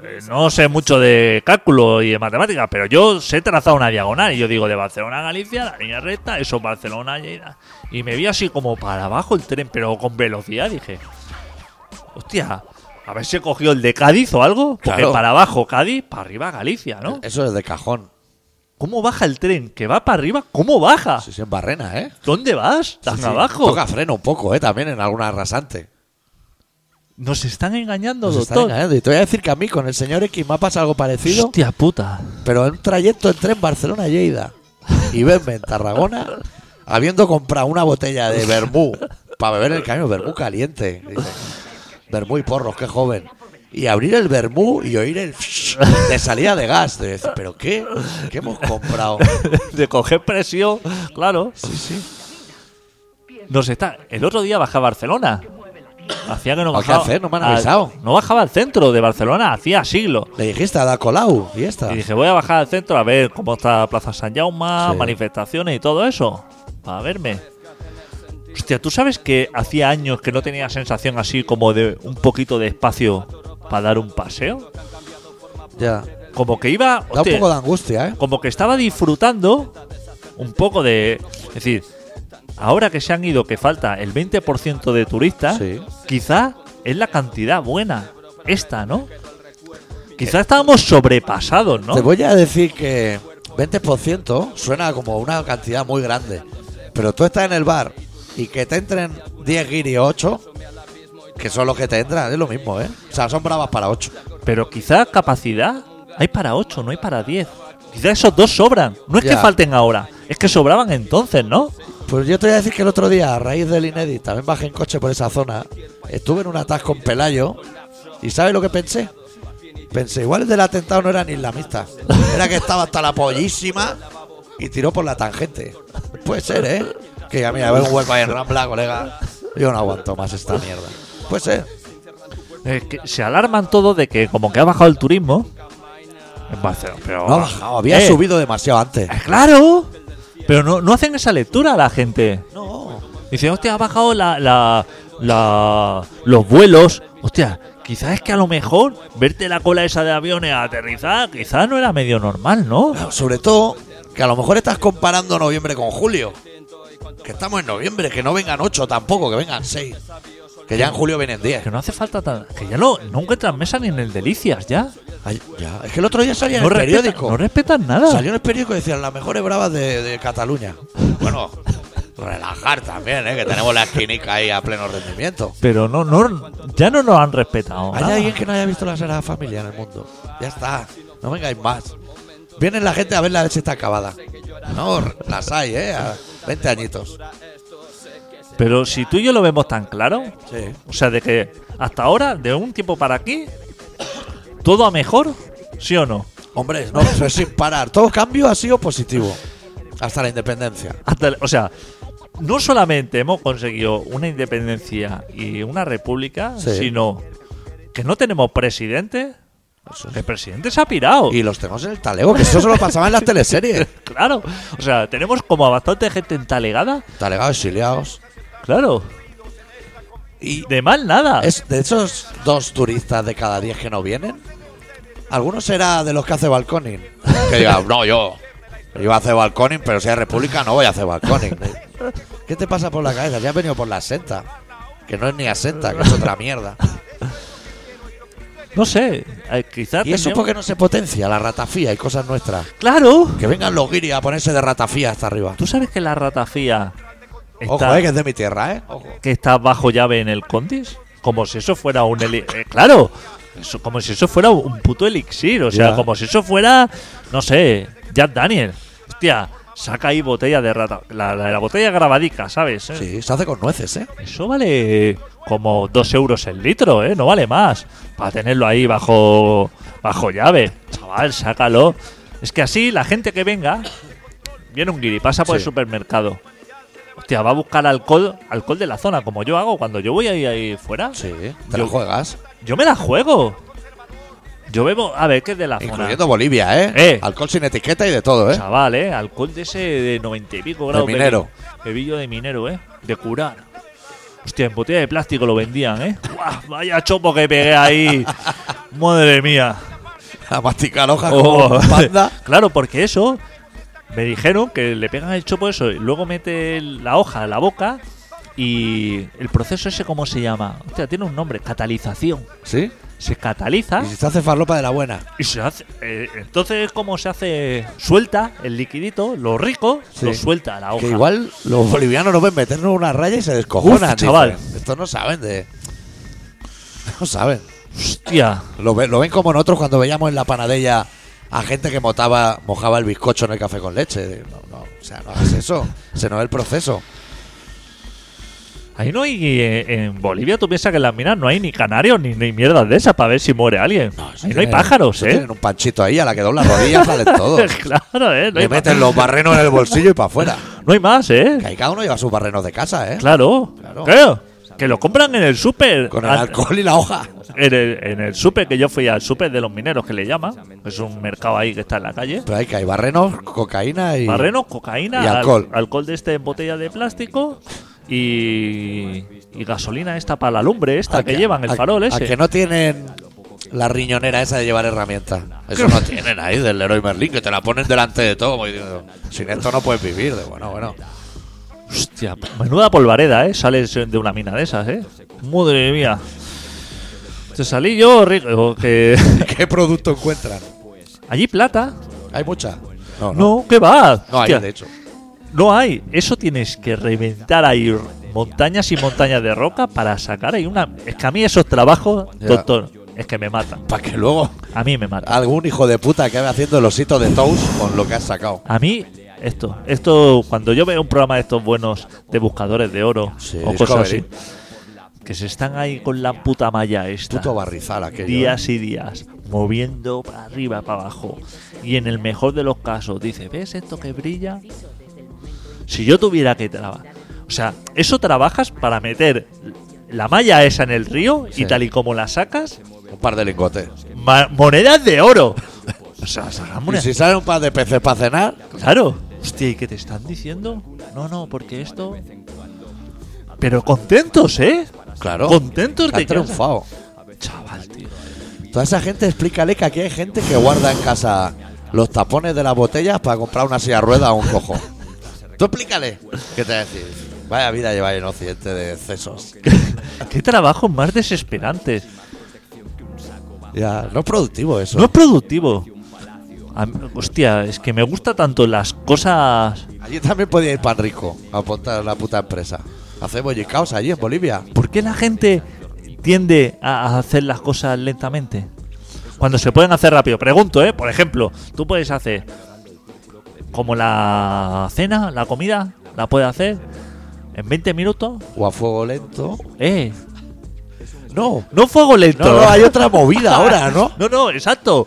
eh, no sé mucho de cálculo y de matemáticas, pero yo sé trazar una diagonal, y yo digo de Barcelona a Galicia, la línea recta, eso es Barcelona, Lleida. Y me vi así como para abajo el tren, pero con velocidad, dije, hostia. A ver si he cogido el de Cádiz o algo, porque
Claro.
para abajo Cádiz, para arriba Galicia, ¿no?
Eso es de cajón.
¿Cómo baja el tren? ¿Que va para arriba? ¿Cómo baja?
Si se embarrena, ¿eh?
¿Dónde vas? ¿Tan
Sí, sí.
abajo?
Toca freno un poco, ¿eh? También en alguna rasante. Pues
Nos están engañando,
Nos están
doctor.
engañando. Y ¿eh? te voy a decir que a mí con el señor X me ha pasado algo parecido,
Hostia puta.
pero en un trayecto en tren Barcelona-Lleida. Y venme en Tarragona habiendo comprado una botella de vermú para beber en el camino, vermú caliente. Dice, Vermú y porros, qué joven. Y abrir el vermú y oír el de salida de gas. De decir, ¿pero qué? ¿Qué hemos comprado?
De coger presión, claro. Sí, sí. Nos está. El otro día bajaba a Barcelona. Hacía que no
¿Qué
bajaba.
hacer? No me han
al-
avisado.
No bajaba al centro de Barcelona, hacía siglos.
Le dijiste a Da Colau y esta.
Y dije, voy a bajar al centro a ver cómo está Plaza San Jaume,
Sí.
manifestaciones y todo eso. Para verme. Hostia, ¿tú sabes que hacía años que no tenía sensación así como de un poquito de espacio para dar un paseo?
Ya.
Como que iba.
Da un
hostia,
poco de angustia, ¿eh?
como que estaba disfrutando un poco de. Es decir, ahora que se han ido, que falta el 20% de turistas,
Sí.
quizá es la cantidad buena esta, ¿no? Quizá estábamos sobrepasados, ¿no?
Te voy a decir que 20% suena como una cantidad muy grande. Pero tú estás en el bar y que te entren 10 guiris o 8, que son los que te entran, es lo mismo, ¿eh? O sea, son bravas para 8.
Pero quizá capacidad hay para 8, no hay para 10. Quizá esos dos sobran. No es que
Ya.
falten ahora, es que sobraban entonces, ¿no?
Pues yo te voy a decir que el otro día, a raíz del Inédit, también bajé en coche por esa zona, estuve en un atasco en Pelayo y ¿sabes lo que pensé? Pensé, igual el del atentado no eran islamistas, era que estaba hasta la pollísima y tiró por la tangente. Puede ser, ¿eh? Que ya mira, ver un hueco ahí en Rambla, colega. Yo no aguanto más esta mierda. Puede ser.
eh, que se alarman todos de que como que ha bajado el turismo en Barcelona. Pero,
No ha bajado, había
eh,
subido demasiado antes.
eh, Claro, pero no, no hacen esa lectura a la gente.
No.
Dicen, hostia, ha bajado la, la, la- los vuelos. Hostia, quizás es que a lo mejor verte la cola esa de aviones a aterrizar, quizás no era medio normal, ¿no?
Sobre todo que a lo mejor estás comparando noviembre con julio. Que estamos en noviembre, que no vengan ocho tampoco, que vengan seis. Que ya en julio vienen diez.
Que no hace falta tan... Que ya no, no encuentran mesa ni en el Delicias, ya.
Ay, ya. Es que el otro día salía
No
en el
respetan-
periódico.
no respetan nada.
Salió en el periódico y decían las mejores bravas de, de Cataluña. Bueno, relajar también, ¿eh? que tenemos la esquinica ahí a pleno rendimiento.
Pero no, no, ya no nos han respetado.
Hay
nada.
alguien que no haya visto la Sagrada Familia en el mundo. Ya está, no vengáis más. Viene la gente a ver la leche está acabada. No, las hay, ¿eh? A 20 añitos.
Pero si tú y yo lo vemos tan claro,
Sí.
o sea, de que hasta ahora, de un tiempo para aquí, todo a mejor, ¿sí o no?
Hombre, no, eso es sin parar. Todo cambio ha sido positivo. Hasta la independencia.
Hasta el- o sea, no solamente hemos conseguido una independencia y una república,
Sí.
sino que no tenemos presidente. El presidente se ha pirado.
Y los tenemos en el talego, que eso se lo pasaba en las teleseries.
Claro. O sea, tenemos como a bastante gente entalegada.
Talegados, exiliados.
Claro.
Y
De mal nada.
Es de esos dos turistas de cada diez que no vienen, algunos será de los que hace balconing. Que diga, no, yo iba a hacer balconing, pero si hay república no voy a hacer balconing. ¿Qué te pasa por la cabeza? Ya has venido por la senta. Que no es ni asenta, que es otra mierda.
No sé. eh, quizás
Y eso
tenemos-
porque no se potencia la ratafía y cosas nuestras.
Claro.
Que vengan los guiris a ponerse de ratafía hasta arriba.
Tú sabes que la ratafía está,
Ojo, eh, que es de mi tierra, ¿eh? Ojo.
que está bajo llave en el Condis. Como si eso fuera un eli- eh, claro, eso- como si eso fuera un puto elixir. O sea,
Ya.
como si eso fuera, no sé, Jack Daniel. Hostia, saca ahí botella de rata. La, la, la botella grabadica, ¿sabes? eh?
Sí, se hace con nueces, ¿eh?
Eso vale como dos euros el litro, ¿eh? No vale más. Para tenerlo ahí bajo, bajo llave. Chaval, sácalo. Es que así la gente que venga, viene un guiri, pasa por el
Sí.
supermercado. Hostia, va a buscar alcohol, alcohol de la zona, como yo hago cuando yo voy ahí, ahí fuera.
Sí, te
Yo-
lo juegas.
Yo me la juego. Yo bebo, a ver, ¿qué es de la zona?
Incluyendo Bolivia, ¿eh?
Eh.
Alcohol sin etiqueta y de todo, ¿eh?
Chaval, ¿eh? Alcohol de ese de 90 y pico grados.
minero.
bebi- Bebillo de minero, ¿eh? De curar. Hostia, en botella de plástico lo vendían, ¿eh? ¡Guau! Vaya chopo que pegué ahí. Madre mía.
A masticar hojas
Oh.
como panda.
claro, porque eso... Me dijeron que le pegan el chopo eso y luego mete el- la hoja a la boca y el proceso ese, ¿cómo se llama? Hostia, tiene un nombre, catalización.
¿Sí?
Se cataliza
Y si te hace farlopa de la buena.
Y se hace. eh, entonces, ¿cómo se hace? Suelta el liquidito, lo rico,
Sí.
lo suelta a la hoja.
Que igual los bolivianos nos ven meternos una raya y se descojonan.
Uf, chaval.
dicen. Estos no saben de. No saben.
Hostia.
Lo, ve- lo ven como nosotros cuando veíamos en la panadella a gente que motaba, mojaba el bizcocho en el café con leche. No, no, o sea, no hagas eso. Se nos ve el proceso.
Ahí no hay. eh, en Bolivia, tú piensas que en las minas no hay ni canarios ni, ni mierdas de esas para ver si muere alguien.
eso
Ahí no hay
tienen-
pájaros,
eso
¿eh?
Tienen un panchito ahí, a la que doblan las rodillas salen todos.
claro, ¿eh? No hay,
Le
más-
meten los barrenos en el bolsillo y para afuera.
no hay más, ¿eh?
Que ahí cada uno lleva sus barrenos de casa, ¿eh?
Claro.
Claro.
Claro. Que lo compran en el súper.
Con el
An-
alcohol y la hoja.
En el, en el súper, que yo fui al súper de los mineros, que le llaman. Es un mercado ahí que está en la calle.
Pero hay que hay barrenos, cocaína y.
Barreno, cocaína,
y
al-
alcohol.
alcohol de este en botella de plástico y, y gasolina esta para la lumbre, esta
Al
que, llevan, el
al-
farol
al
ese.
que no tienen la riñonera esa de llevar herramientas. Eso no tienen ahí del Leroy Merlin, que te la ponen delante de todo. como diciendo, sin esto no puedes vivir. De, bueno, bueno.
Hostia, menuda polvareda, ¿eh? Sales de una mina de esas, ¿eh? Madre mía. Te salí yo rico. Que...
¿Qué producto encuentran?
Allí plata.
¿Hay mucha? No, no.
No, ¿qué va?
No hay,
Hostia,
de hecho.
no hay. Eso tienes que reventar ahí montañas y montañas de roca para sacar ahí una. Es que a mí esos trabajos,
Ya.
doctor, es que me matan.
Para que luego
A mí me matan.
algún hijo de puta acabe haciendo el osito de Toast con lo que has sacado.
A mí, esto, esto, cuando yo veo un programa de estos buenos de buscadores de oro
Sí,
o cosas así,
Discovery.
que se están ahí con la puta malla esta,
Puto barrizal aquello. ¿eh?
días y días, moviendo para arriba, para abajo, y en el mejor de los casos dice, ¿ves esto que brilla? Si yo tuviera que trabajar, o sea, eso trabajas para meter la malla esa en el río
Sí.
y tal y como la sacas,
Un par de lingotes.
ma- monedas de oro. O sea, sacan
Y
monedas.
si sale un par de peces para cenar,
Claro. Hostia, ¿y qué te están diciendo? No, no, porque esto. Pero contentos, ¿eh?
claro.
Contentos
que
de
ha
que-
triunfado.
Chaval, tío.
Toda esa gente, explícale que aquí hay gente que guarda en casa los tapones de las botellas para comprar una silla rueda o un cojo. Tú explícale. ¿Qué te decís? Vaya vida lleváis en Occidente de excesos.
qué trabajos más desesperantes.
Ya, no es productivo eso.
No es productivo. A mí- hostia, es que me gusta tanto las cosas.
Allí también podía ir pan rico a apuntar la puta empresa. Hacemos yicaos allí en Bolivia.
¿Por qué la gente tiende a a hacer las cosas lentamente? Cuando se pueden hacer rápido. Pregunto, ¿eh? Por ejemplo, tú puedes hacer como la cena, la comida, la puedes hacer en 20 minutos.
O a fuego lento.
Eh,
No.
no fuego lento.
No, no, hay otra movida ahora, ¿no?
No, no, exacto.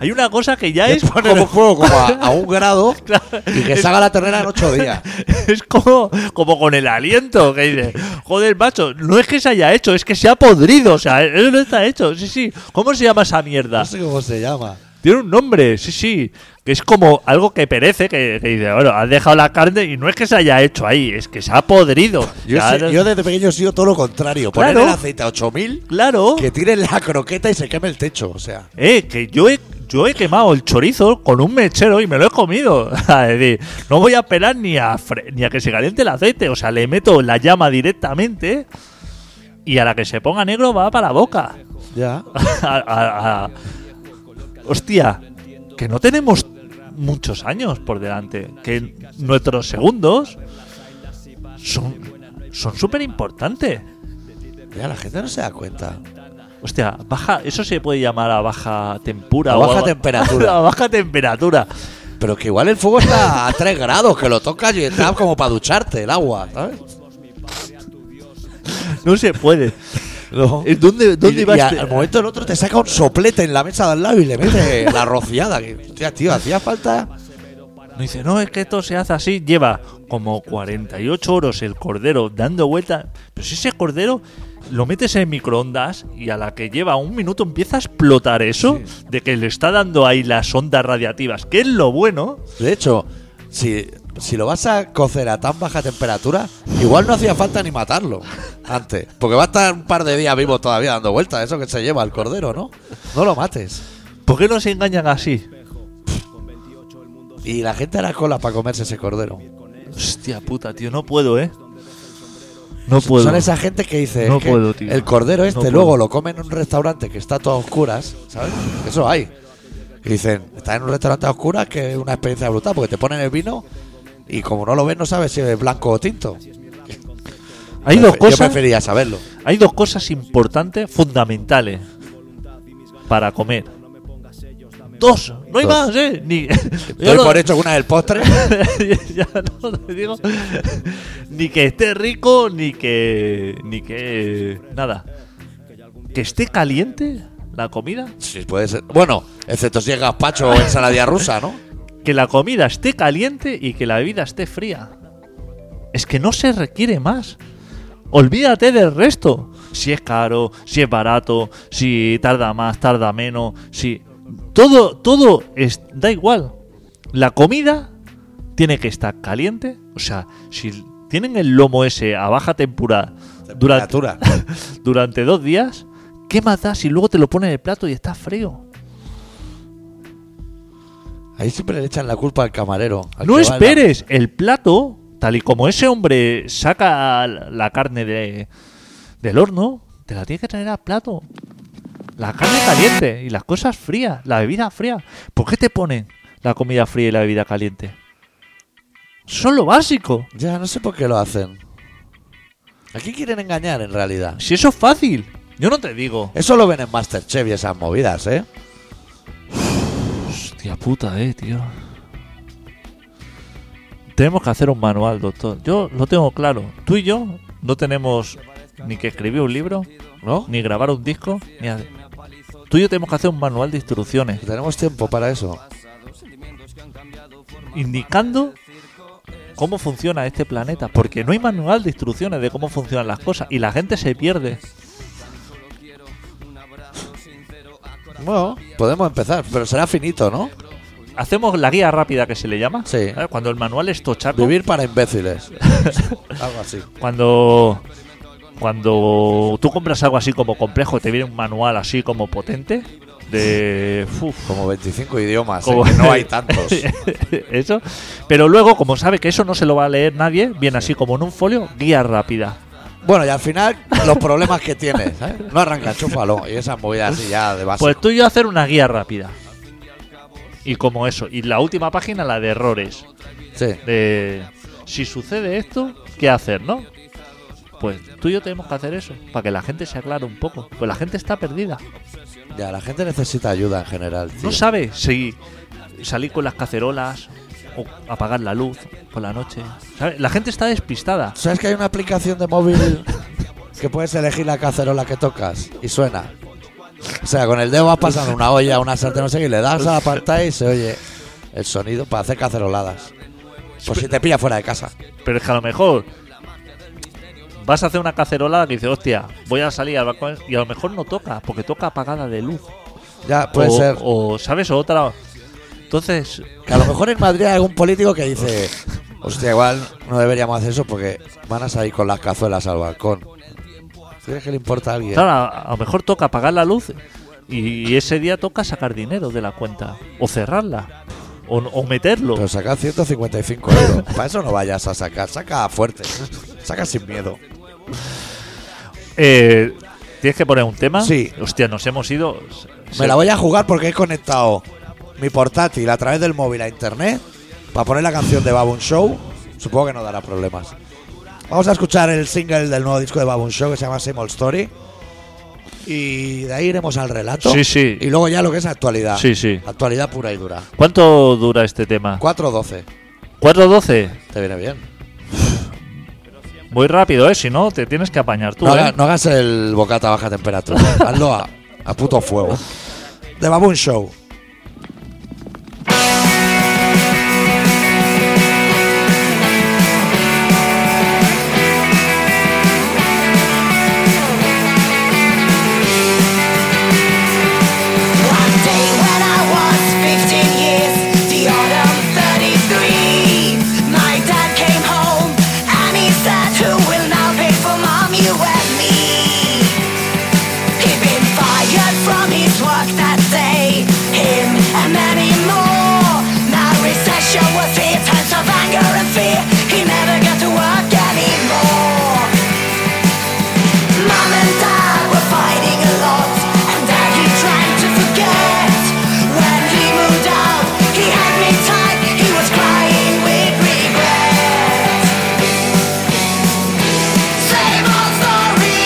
Hay una cosa que ya es
Es poner el
como,
juego como a, a un grado
Claro.
y que se haga la ternera en ocho días.
es como, como con el aliento que dice, joder, macho, no es que se haya hecho, es que se ha podrido, o sea, eso no está hecho, sí, sí. ¿Cómo se llama esa mierda?
No sé cómo se llama.
Tiene un nombre, sí, sí. Que es como algo que perece, que, que dice, bueno, has dejado la carne y no es que se haya hecho ahí, es que se ha podrido.
Yo,
Ya,
sé- yo desde pequeño he sido todo lo contrario. Poner
Claro.
el aceite a 8000,
claro.
que tiren la croqueta y se queme el techo. O sea,
Eh, que yo he, yo he quemado el chorizo con un mechero y me lo he comido. es decir, no voy a esperar ni a, fre- ni a que se caliente el aceite. O sea, le meto la llama directamente y a la que se ponga negro va para la boca.
ya.
A- a- a- Hostia, que no tenemos muchos años por delante. Que nuestros segundos son son súper importantes.
Ya la gente no se da cuenta.
Hostia, baja, eso se puede llamar a baja tempura.
A
o
baja temperatura.
a baja temperatura.
Pero que igual el fuego está a 3 grados, que lo tocas y está como para ducharte el agua, ¿sabes?
No se puede.
No.
Eh, ¿Dónde, dónde
y,
ibas?
y a- al momento el otro te saca un soplete en la mesa de al lado y le mete la rociada. Que, hostia, tío, hacía falta.
No dice, no, es que esto se hace así. Lleva como 48 horas el cordero dando vueltas. Pero si ese cordero lo metes en microondas y a la que lleva un minuto empieza a explotar eso de que le está dando ahí las ondas radiativas, que es lo bueno.
De hecho, si, si lo vas a cocer a tan baja temperatura, igual no hacía falta ni matarlo antes. Porque va a estar un par de días vivo todavía dando vueltas. Eso que se lleva el cordero, ¿no? No lo mates.
¿Por qué nos engañan así?
Y la gente hará cola para comerse ese cordero.
Hostia puta, tío, no puedo, ¿eh? No puedo.
Son esa gente que dice
No
que
puedo, tío.
el cordero este
No puedo.
luego lo comen en un restaurante que está todo a oscuras, ¿sabes? Eso hay. Y dicen, está en un restaurante a oscuras que es una experiencia brutal porque te ponen el vino y como no lo ves no sabes si es blanco o tinto.
Hay
Yo
dos
pre- Yo
cosas.
preferiría saberlo.
Hay dos cosas importantes, fundamentales para comer. Dos, no hay
Dos.
más, ¿eh? Ni,
Doy
no-
por hecho que una es el postre.
ya no te digo. Ni que esté rico, ni que. ni que. nada. Que esté caliente la comida.
Sí, puede ser. Bueno, excepto si es gazpacho o ensaladilla rusa, ¿no?
Que la comida esté caliente y que la bebida esté fría. Es que no se requiere más. Olvídate del resto. Si es caro, si es barato, si tarda más, tarda menos, si. Todo, todo es, da igual. La comida tiene que estar caliente. O sea, si tienen el lomo ese a baja tempura durante,
Temperatura.
durante dos días, ¿qué más da si luego te lo pones en el plato y está frío?
Ahí siempre le echan la culpa al camarero. al
No
que va en la-
esperes el plato, tal y como ese hombre saca la carne de, del horno, te la tiene que traer al plato. La carne caliente y las cosas frías, la bebida fría. ¿Por qué te ponen la comida fría y la bebida caliente? Son lo básico.
Ya, no sé por qué lo hacen. ¿A quién quieren engañar en realidad?
Si eso es fácil, yo no te digo.
Eso lo ven en Masterchef y esas movidas, ¿eh?
Hostia puta, eh, tío. Tenemos que hacer un manual, doctor. Yo lo tengo claro. Tú y yo no tenemos ni que escribir un libro,
¿No?
ni grabar un disco, ni hacer- Tú y yo tenemos que hacer un manual de instrucciones,
Tenemos tiempo para eso.
indicando cómo funciona este planeta, porque no hay manual de instrucciones de cómo funcionan las cosas y la gente se pierde.
Bueno, podemos empezar, pero será finito, ¿no?
Hacemos la guía rápida que se le llama.
Sí.
¿sabes? Cuando el manual es tochaco.
Vivir para imbéciles. Algo así.
Cuando cuando tú compras algo así como complejo, te viene un manual así como potente de uf,
Como 25 idiomas, ¿eh?
como-
que no hay tantos.
eso, pero luego como sabe que eso no se lo va a leer nadie, viene así como en un folio guía rápida.
Bueno, y al final, los problemas que tienes. ¿eh? No arranca, chúfalo. Y esas movidas así ya de base.
Pues tú y yo hacer una guía rápida. Y como eso, y la última página la de errores.
sí.
de si sucede esto, ¿qué hacer, no? Pues tú y yo tenemos que hacer eso, para que la gente se aclare un poco. Pues la gente está perdida.
Ya, la gente necesita ayuda en general. tío.
No sabe si salir con las cacerolas o apagar la luz por la noche. ¿Sabe? La gente está despistada.
¿Sabes que hay una aplicación de móvil que puedes elegir la cacerola que tocas y suena? O sea, con el dedo vas pasando una olla, una sartén, no sé qué, y le das a la pantalla y se oye el sonido para hacer caceroladas. Por si te pilla fuera de casa.
Pero es que a lo mejor vas a hacer una cacerola que dices, hostia, voy a salir al balcón y a lo mejor no toca, porque toca apagada de luz.
Ya, puede
o,
ser.
o, ¿sabes? O otra. Entonces,
Que a lo mejor en Madrid hay algún político que dice, hostia, igual no deberíamos hacer eso porque van a salir con las cazuelas al balcón. ¿Crees que le importa a alguien?
Claro, a, a lo mejor toca apagar la luz y, ese día toca sacar dinero de la cuenta o cerrarla o, o meterlo.
Pero saca 155 euros. Para eso no vayas a sacar. Saca fuerte. Saca sin miedo.
Eh, ¿Tienes que poner un tema?
Sí.
Hostia, nos hemos ido. se-
Me la voy a jugar porque he conectado mi portátil a través del móvil a internet para poner la canción de Baboon Show. Supongo que no dará problemas. Vamos a escuchar el single del nuevo disco de Baboon Show que se llama Same Old Story. Y de ahí iremos al relato.
Sí, sí.
Y luego ya lo que es actualidad.
Sí, sí.
Actualidad pura y dura.
¿Cuánto dura este tema?
4.12.
¿4.12?
Te viene bien.
Muy rápido, ¿eh? Si no, te tienes que apañar tú.
No,
¿eh?
haga- no hagas el bocata a baja temperatura. Hazlo a, a puto fuego. De Baboon Show.
One day when I was 15 years, the autumn 33, my dad came home and he said, Who will now pay for mom, you and me? He'd been fired from his work that day, him and many more. Now recession was here, times of anger and fear. He never got to work anymore. Mom and Dad were fighting a lot, and Dad he tried to forget. When he moved out, he had me tight. He was crying with regret. Same old story.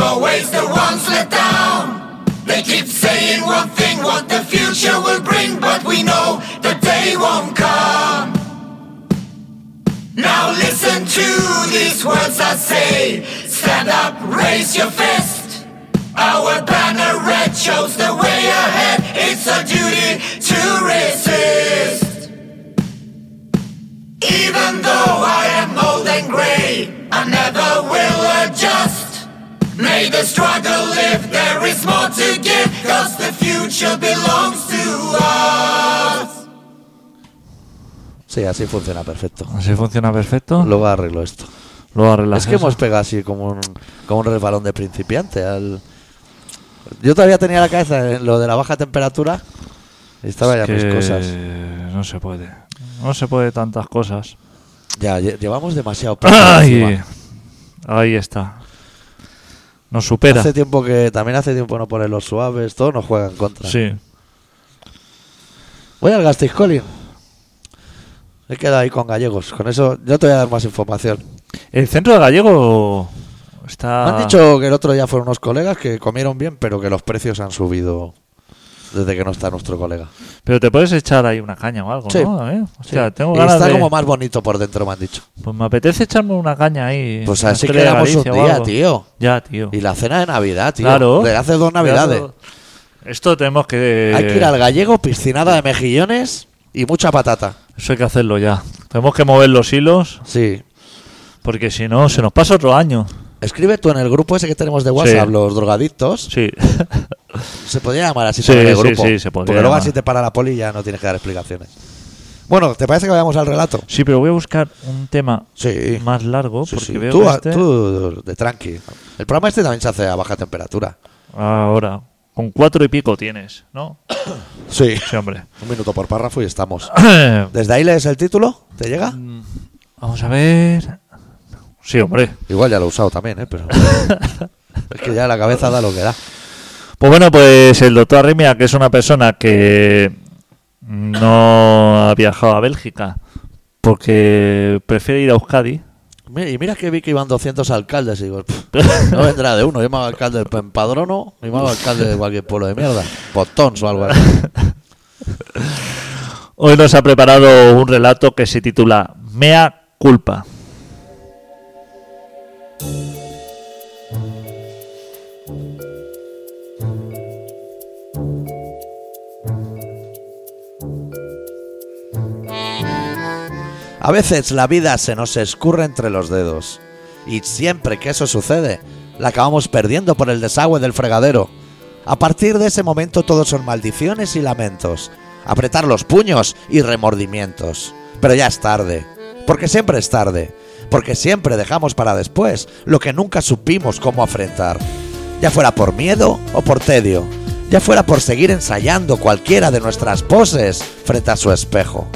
always the ones let down. They keep saying one thing, what the future will bring, but we know the day won't come. Now listen to these words I say. Stand up, raise your fist. Our banner red shows the way ahead. It's our duty to resist. Even though I am old and grey, I never will adjust. May the struggle live, there is more to give, cause the future belongs to us.
Sí, así funciona perfecto.
Así funciona perfecto.
Luego arreglo esto.
Luego arreglas
Es que
eso.
hemos pegado así como un, como un resbalón de principiante. al- Yo todavía tenía la cabeza en lo de la baja temperatura y estaba ya
Que
mis cosas.
No se puede. No se puede tantas cosas.
Ya, lle- llevamos demasiado poco
Ay,
encima.
ahí está. Nos supera.
Hace tiempo que también hace tiempo no ponen los suaves, todos nos juegan contra.
Sí.
Voy al Gasteiz Colin. He quedado ahí con gallegos. Con eso yo te voy a dar más información.
El centro de gallego está.
Me han dicho que el otro día fueron unos colegas que comieron bien, pero que los precios han subido desde que no está nuestro colega.
Pero te puedes echar ahí una caña o algo,
Sí.
¿no? A ver.
Sí.
Hostia, tengo
y
ganas
está
de-
como más bonito por dentro, me han dicho.
Pues me apetece echarme una caña ahí.
Pues
una
así
estrella de
quedamos un
Galicia o
día,
algo.
tío.
Ya, tío.
Y la cena de Navidad, tío.
Claro.
De hace dos navidades.
Claro. Eh. Esto tenemos que.
Hay que ir al gallego, piscinada de mejillones y mucha patata.
Eso hay que hacerlo ya. Tenemos que mover los hilos,
Sí.
porque si no, se nos pasa otro año.
Escribe tú en el grupo ese que tenemos de WhatsApp, los drogadictos.
Sí.
Se podría llamar así
Sí,
por el
sí,
grupo.
sí, se podría
porque luego
llamar.
así te para la poli y ya no tienes que dar explicaciones. Bueno, ¿te parece que vayamos al relato?
sí, pero voy a buscar un tema
Sí.
más largo,
Sí,
porque
sí.
veo
Tú,
que
a-
este-
tú de tranqui. El programa este también se hace a baja temperatura.
Ahora, con cuatro y pico tienes, ¿no?
Sí.
Sí, hombre.
Un minuto por párrafo y estamos. ¿Desde ahí lees el título? ¿Te llega?
Mm. Vamos a ver. Sí, hombre.
Igual ya lo he usado también, ¿eh? Pero... es que ya la cabeza da lo que da.
Pues bueno, pues el doctor Arrimia, que es una persona que no ha viajado a Bélgica porque prefiere ir a Euskadi.
Mi- Y mira que vi que iban 200 alcaldes y digo, "Pff, no vendrá de uno. Yo me hago alcalde del Pempadrono y me hago alcalde de cualquier pueblo de mierda. Botons o algo así.
Hoy nos ha preparado un relato que se titula Mea culpa.
A veces la vida se nos escurre entre los dedos. Y siempre que eso sucede, la acabamos perdiendo por el desagüe del fregadero. A partir de ese momento todo son maldiciones y lamentos, apretar los puños y remordimientos. Pero ya es tarde, porque siempre es tarde, porque siempre dejamos para después lo que nunca supimos cómo afrontar. Ya fuera por miedo o por tedio, ya fuera por seguir ensayando cualquiera de nuestras poses frente a su espejo.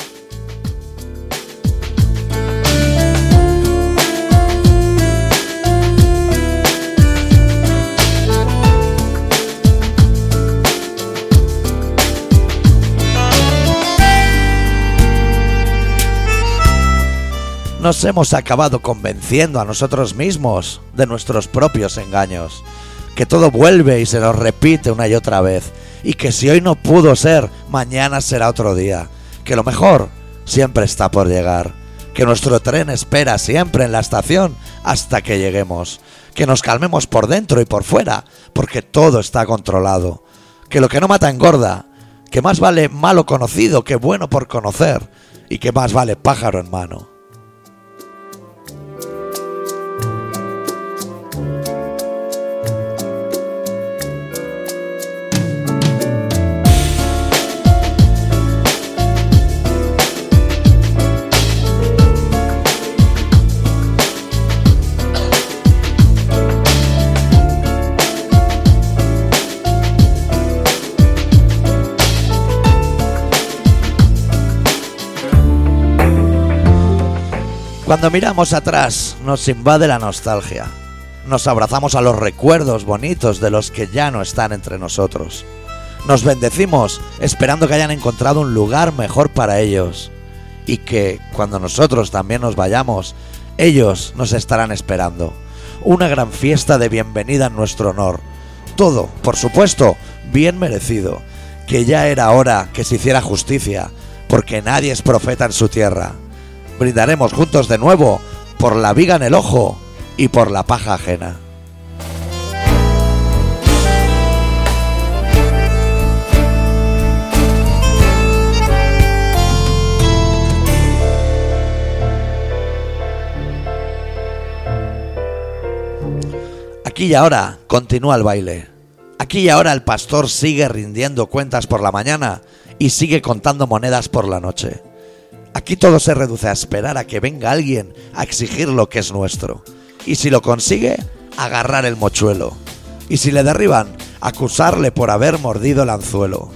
nos hemos acabado convenciendo a nosotros mismos de nuestros propios engaños. Que todo vuelve y se nos repite una y otra vez. Y que si hoy no pudo ser, mañana será otro día. Que lo mejor siempre está por llegar. Que nuestro tren espera siempre en la estación hasta que lleguemos. Que nos calmemos por dentro y por fuera, porque todo está controlado. Que lo que no mata engorda. Que más vale malo conocido que bueno por conocer. Y que más vale pájaro en mano. Cuando miramos atrás, nos invade la nostalgia. Nos abrazamos a los recuerdos bonitos de los que ya no están entre nosotros. Nos bendecimos esperando que hayan encontrado un lugar mejor para ellos. Y que, cuando nosotros también nos vayamos, ellos nos estarán esperando. una gran fiesta de bienvenida en nuestro honor. Todo, por supuesto, bien merecido, que ya era hora que se hiciera justicia, porque nadie es profeta en su tierra. Brindaremos juntos de nuevo por la viga en el ojo y por la paja ajena. Aquí y ahora continúa el baile. Aquí y ahora el pastor sigue rindiendo cuentas por la mañana y sigue contando monedas por la noche. Aquí todo se reduce a esperar a que venga alguien a exigir lo que es nuestro. Y si lo consigue, agarrar el mochuelo. Y si le derriban, acusarle por haber mordido el anzuelo.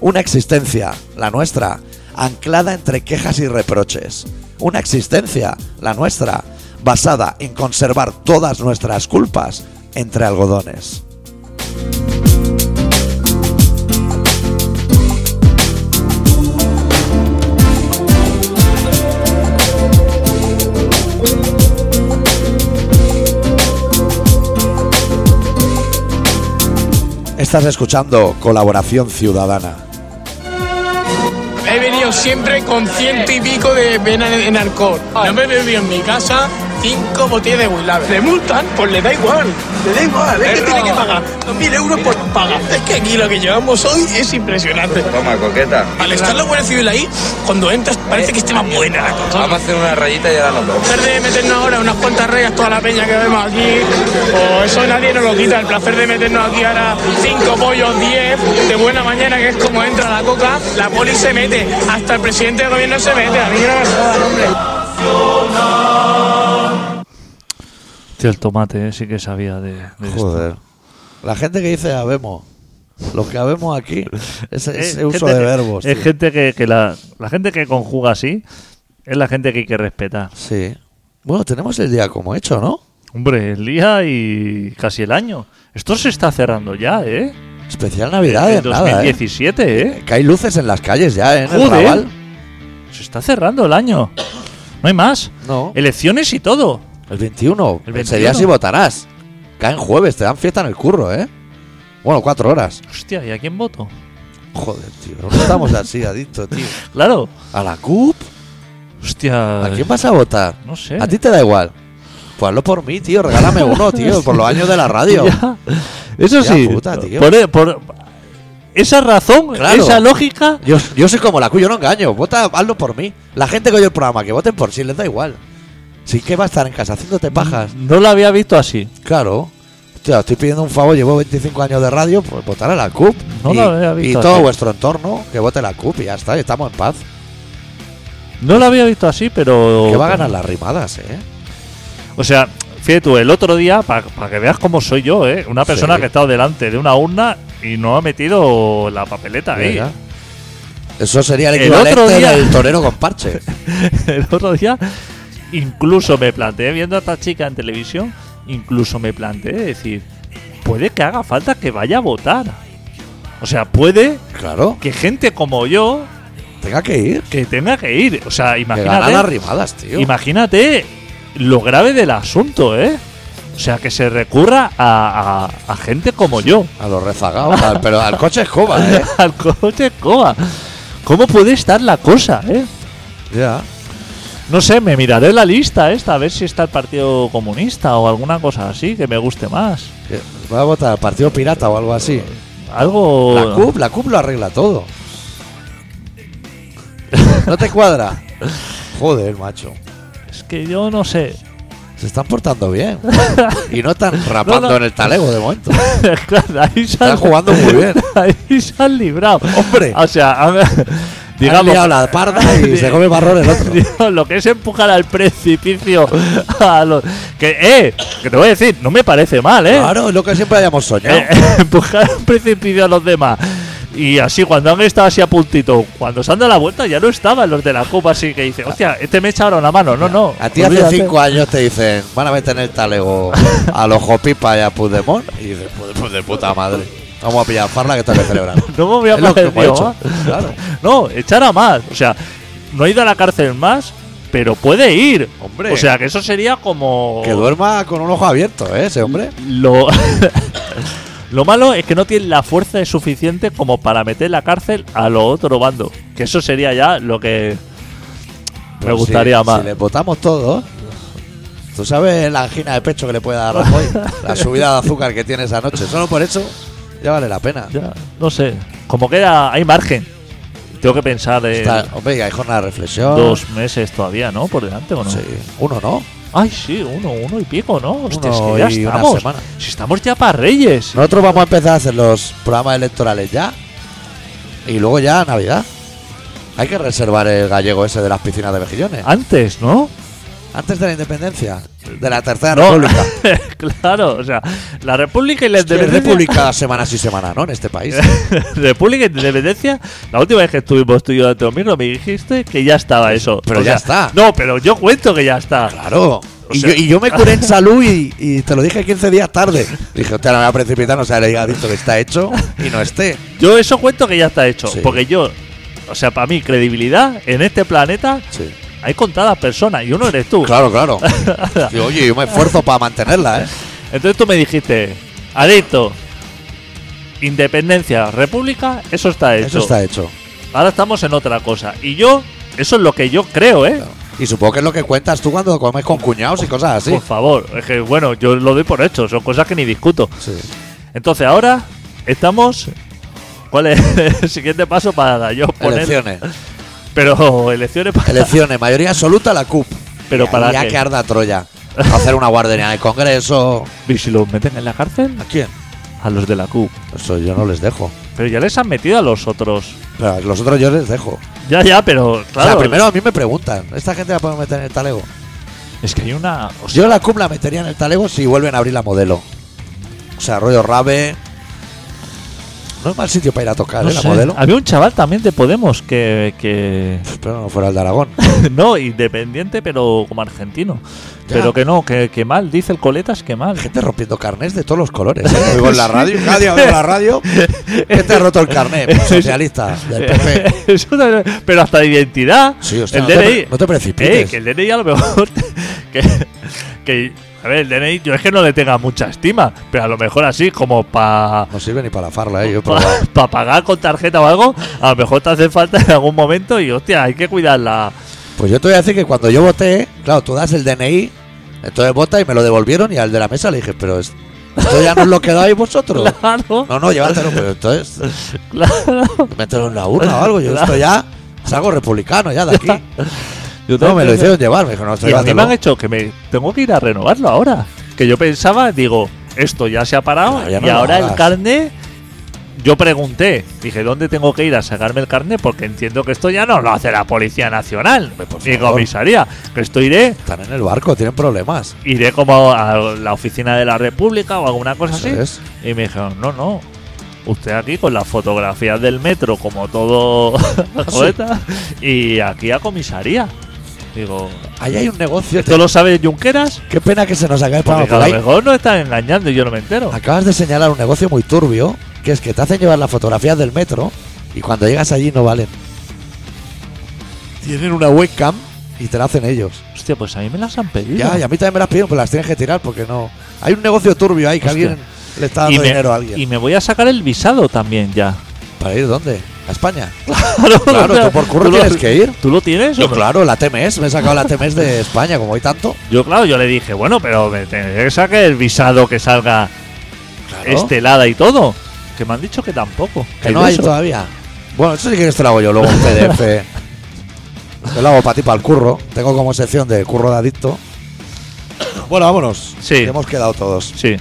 Una existencia, la nuestra, anclada entre quejas y reproches. Una existencia, la nuestra, basada en conservar todas nuestras culpas entre algodones. Estás escuchando Colaboración Ciudadana.
He venido siempre con ciento y pico de pena en, en alcohol. No me he bebido en mi casa cinco botellas de Willave. ¿Le multan? Pues le da igual. Le da igual. Es que tiene que pagar 2.000 euros por pagar. Es que aquí lo que llevamos hoy es impresionante.
Toma, coqueta.
Al estar la Guardia Civil ahí, cuando entras parece que esté más buena la cosa.
Vamos a hacer una rayita y ahora nos vemos.
placer de meternos ahora unas cuantas rayas toda la peña que vemos aquí, o eso nadie nos lo quita, el placer de meternos aquí ahora cinco pollos, diez, de buena mañana que es como entra la coca, la poli se mete, hasta el presidente del gobierno se mete, a mí no me jodan, hombre.
Tío, el tomate eh, sí que sabía de, de esto.
Joder. La gente que dice habemos, lo que habemos aquí, ese,
Es
ese uso
Eh, gente-
de verbos.
Es
tío.
gente que, que la, la gente que conjuga así es la gente que hay que respetar.
Sí. Bueno, tenemos el día como hecho, ¿no?
Hombre, el día y casi el año. Esto se está cerrando ya, ¿eh?
Especial Navidad,
El
en nada, ¿eh?
2017, ¿eh?
Que hay luces en las calles ya, ¿eh? En el
Joder.
Raval.
Se está cerrando el año. No hay más.
No. El,
Elecciones y todo.
21.
El
Ese día
21.
sí votarás. Caen jueves, te dan fiesta en el curro, ¿eh? Bueno, cuatro horas.
Hostia, ¿y a quién voto?
Joder, tío. No estamos así, adicto, tío.
Claro.
¿A la CUP?
Hostia.
¿A quién vas a votar?
No sé.
A ti te da igual. Pues hazlo por mí, tío. Regálame uno, tío. Por los años de la radio.
Ya. Eso
Hostia
sí.
puta, tío.
por, e, por- esa razón,
Claro.
esa lógica.
Yo, yo soy como la cuyo, no engaño. Vota, hazlo por mí. La gente que oye el programa, que voten por sí, les da igual. Sí que va a estar en casa haciéndote pajas.
No la había visto así.
Claro. Hostia, estoy pidiendo un favor, llevo 25 años de radio, pues votar a la CUP.
No
y,
lo había visto
y todo
así.
vuestro entorno, que vote la CUP y ya está, y estamos en paz.
No la había visto así, pero.
Que va a ganar las rimadas, ¿eh?
O sea, fíjate tú, el otro día, para que veas cómo soy yo, ¿eh? Una persona
Sí.
que ha estado delante de una urna y no ha metido la papeleta ahí.
Mira. Eso sería el
El
equivalente
otro día-
del torero con parche.
el otro día incluso me planteé, viendo a esta chica en televisión, incluso me planteé decir, puede que haga falta que vaya a votar. O sea, puede
Claro,
que gente como yo
tenga que ir.
que tenga que ir. O sea,
Que ganan las
imagínate,
rimadas, tío.
imagínate lo grave del asunto, ¿eh? O sea, que se recurra a, a- a gente como yo.
a los rezagados, al- pero al coche escoba, ¿eh?
Al coche coa. ¿Cómo puede estar la cosa, eh?
Ya.
No sé, me miraré la lista esta, a ver si está el Partido Comunista o alguna cosa así que me guste más.
Que Va a votar al Partido Pirata o algo así.
Algo.
La CUP, la CUP lo arregla todo. ¿No te cuadra? Joder, macho.
Es que yo no sé.
Se están portando bien. Y no están rapando
No, no.
en el talego de momento.
Claro, ahí se han-
Están jugando muy bien.
Ahí se han librado.
Hombre.
O sea, a ver,
Han liado
digamos.
la parda y se come marrón el otro.
digamos, lo que es empujar al precipicio a los. Que, eh, que te voy a decir, no me parece mal, eh.
Claro, es lo que siempre hayamos soñado.
Eh, empujar al precipicio a los demás. Y así, cuando han estado así a puntito, cuando se han dado la vuelta, ya no estaban los de la copa. Así que dice, hostia, este me echa ahora una mano. No, no.
A ti hace
olvídate.
cinco años te dicen, van a meter en el talego a los Jopipa y a Puigdemont. Y dices, pues, pues de puta madre. Vamos a pillar farla que tengo que celebrar.
No me voy a
Es lo que
poner
hemos
tío,
hecho,
¿eh?
claro.
No, echar a más. O sea, no he ido a la cárcel más, pero puede ir.
Hombre.
O sea, que eso sería como.
Que duerma con un ojo abierto, ¿eh? Ese hombre.
Lo, lo malo es que no tiene la fuerza suficiente como para meter en la cárcel a lo otro bando. Que eso sería ya lo que me
Pues
gustaría
si,
más.
Si le votamos todos. ¿Tú sabes la angina de pecho que le puede dar a Rajoy? la subida de azúcar que tiene esa noche. Solo por eso ya vale la pena.
Ya, no sé. Como queda, hay margen. Tengo que pensar en
Está- hombre, y hay jornada de reflexión.
eh, dos meses todavía, ¿no? Por delante o no.
Sí. Uno no.
Ay, sí, uno, uno y pico, ¿no? Hostia, es
Uno
que ya
y una
estamos.
semana.
Si estamos ya para Reyes.
Nosotros vamos a empezar a hacer los programas electorales ya. Y luego ya Navidad. Hay que reservar el gallego ese de las piscinas de mejillones.
Antes, ¿no?
Antes de la independencia. De la tercera
No.
república.
claro, o sea, la República y
De
la
la
Independencia.
república semana sí semana, ¿no? En este país.
República y Independencia. La última vez que estuvimos tú y yo dentro del micro me dijiste que ya estaba eso.
Pues, Pero ya está.
No, pero yo cuento que ya está.
Claro. Y,
sea-
yo, y yo me curé en salud y, y te lo dije 15 días tarde. Dije, hostia, no me voy a precipitar, no se le diga dicho que está hecho y no esté.
Yo eso cuento que ya está hecho.
Sí.
Porque yo, o sea, para mí, credibilidad en este planeta
Sí.
hay contadas personas y uno eres tú.
Claro, claro. Y, oye, yo me esfuerzo para mantenerla, ¿eh?
Entonces tú me dijiste, adicto, independencia, república, eso está hecho.
Eso está hecho.
Ahora estamos en otra cosa. Y yo, eso es lo que yo creo, ¿eh?
Y supongo que es lo que cuentas tú cuando comes con cuñados y cosas así.
Por favor, es que bueno, yo lo doy por hecho, son cosas que ni discuto.
Sí.
Entonces ahora estamos. ¿Cuál es el siguiente paso para yo poner?
Elecciones.
Pero elecciones para.
Elecciones. Mayoría absoluta la CUP.
Pero
Ya-
para
Ya
qué.
que arda Troya. Hacer una guardería en el Congreso.
¿Y si los meten en la cárcel?
¿A quién?
A los de la CUP.
Eso yo no les dejo.
Pero ya les han metido a los otros.
Pero a los otros yo les dejo.
Ya, ya, pero claro.
O sea, primero a mí me preguntan. ¿Esta gente la podemos meter en el talego?
Es que hay una. o sea,
Pues Yo la CUP la metería en el talego si vuelven a abrir la modelo. O sea, rollo rave. No es mal sitio para ir a tocar,
no
¿eh? La
sé.
modelo.
Había un chaval también de Podemos que. que
Espero no fuera el de Aragón.
no, independiente, pero como argentino.
Ya.
Pero que no, que, que mal. Dice el Coletas que mal.
Gente rompiendo carnés de todos los colores. ¿eh? Oigo en la radio, cada día oigo en la radio. ¿Qué te ha roto el carnet? pues, Socialista, del PP.
Es una- pero hasta de identidad.
Sí, hostia,
el
no te
DNI.
pre- no te precipites.
Eh, que el DNI a lo mejor. que, que- a ver, el DNI, yo es que no le tenga mucha estima, pero a lo mejor así, como para.
No sirve ni para la farla, ¿eh? Yo he probado.
Para pagar con tarjeta o algo, a lo mejor te hace falta en algún momento y hostia, hay que cuidarla.
Pues yo te voy a decir que cuando yo voté, claro, tú das el DNI, entonces vota y me lo devolvieron y al de la mesa le dije, pero es- esto ya nos lo quedáis vosotros.
Claro,
No, no, llévatelo, pero entonces
claro.
mételo en la urna o algo. Yo esto ya salgo republicano ya de aquí.
Yo
No, me lo
tengo-
hicieron llevar, me dijo, no,
Y a mí me han
llévatelo.
hecho que me tengo que ir a renovarlo ahora. Que yo pensaba, digo, esto ya se ha parado
Claro, ya no
y
lo
ahora el
hagas.
carne. Yo pregunté, dije, ¿dónde tengo que ir a sacarme el carne? Porque entiendo que esto ya no lo hace la Policía Nacional, ni
favor.
comisaría. Que esto iré,
Están en el barco, tienen problemas.
iré como a la oficina de la República o alguna cosa
Eso
así.
es.
Y me dijeron, no, no. Usted aquí con las fotografías del metro, como todo poeta, y aquí a comisaría. Digo,
Ahí hay un negocio.
¿esto lo sabe Junqueras?
Qué pena que se nos acabe el
Porque
programa por
a
ahí.
lo mejor nos están engañando y yo no me entero.
Acabas de señalar un negocio muy turbio, que es que te hacen llevar las fotografías del metro y cuando llegas allí no valen. Tienen una webcam y te la hacen ellos.
Hostia, pues a mí me las han pedido.
Ya, y a mí también me las pidieron, pero las tienes que tirar porque no. Hay un negocio turbio ahí que
Hostia.
alguien le está dando
me,
dinero a alguien.
y me voy a sacar el visado también ya.
¿Para ir dónde? ¿A España?
Claro,
Claro, tú por curro
lo-
tienes que ir.
¿Tú lo tienes?
Yo,
o no?
claro, la TMS. Me he sacado la TMS de España, como hay tanto.
Yo, claro, yo le dije, bueno, pero me tendré que sacar el visado que salga
Claro.
estelada y todo. Que me han dicho que tampoco.
Que no hay
eso.
todavía. Bueno, eso sí que te lo hago yo luego un PDF. te lo hago para ti, para el curro. Tengo como sección de curro de adicto. Bueno, vámonos.
Sí.
Que Hemos quedado todos.
Sí.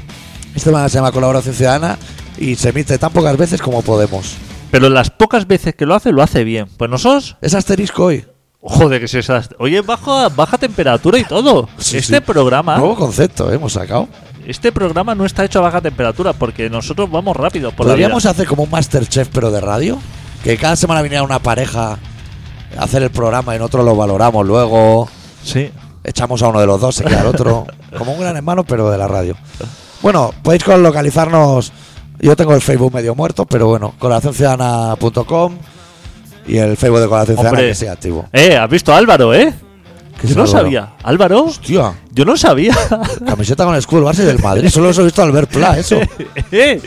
Este programa se llama Colaboración Ciudadana y se emite tan pocas veces como podemos.
Pero las pocas veces que lo hace, lo hace bien. Pues nosotros,
Es asterisco hoy.
joder, que se esas. Oye, baja, baja temperatura y todo.
Sí,
este
sí.
programa.
Nuevo concepto ¿eh? hemos sacado.
Este programa no está hecho a baja temperatura porque nosotros vamos rápido por la vida.
Podríamos hacer como un Masterchef, pero de radio. Que cada semana viniera una pareja a hacer el programa y nosotros lo valoramos luego.
Sí.
Echamos a uno de los dos, se queda el otro. Como un gran hermano, pero de la radio. Bueno, podéis con- localizarnos. Yo tengo el Facebook medio muerto, pero bueno, colaboracionciudadana.com y el Facebook de Colaboración Ciudadana
Hombre.
que sigue activo.
Eh, has visto a Álvaro, ¿eh?
Que se
Yo no
me olvidó.
sabía. Álvaro,
Hostia,
yo no sabía.
camiseta con el escudo del Barça y del Madrid. Solo eso he visto al ver Pla, eso.
Eh,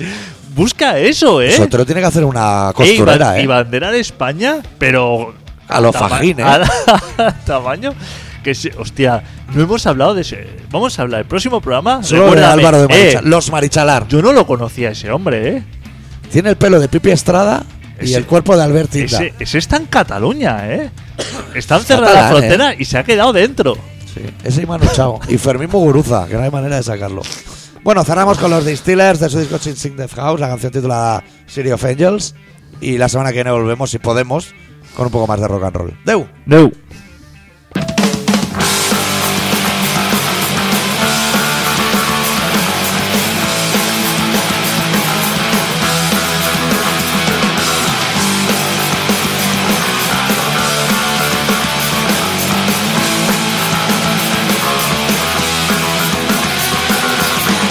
Busca eso, ¿eh?
Eso te lo tiene que hacer una
Eh, y ba-
costurera,
y,
¿eh?
bandera de España, pero.
A los
tama-
fajín, ¿eh?
a- tamaño. Que se- hostia, no hemos hablado de ese. Vamos a hablar. El próximo programa.
Solo de
recuérdame,
Álvaro de
eh,
Marichalar. Los Marichalar.
yo no lo conocía ese hombre, ¿eh?
Tiene el pelo de Pipi Estrada y
Ese-
el cuerpo de Albert Tinta.
Ese, ese está en Cataluña, ¿eh? Está encerrada la
Catalán, ¿eh?
frontera y se ha quedado dentro.
Sí, ese y Manu Chao. y Fermín Muguruza, que no hay manera de sacarlo. Bueno, cerramos con los Distillers de su disco Sing Sing Death House, la canción titulada City of Angels. Y la semana que viene volvemos, si podemos, con un poco más de rock and roll. ¡Deu!
No.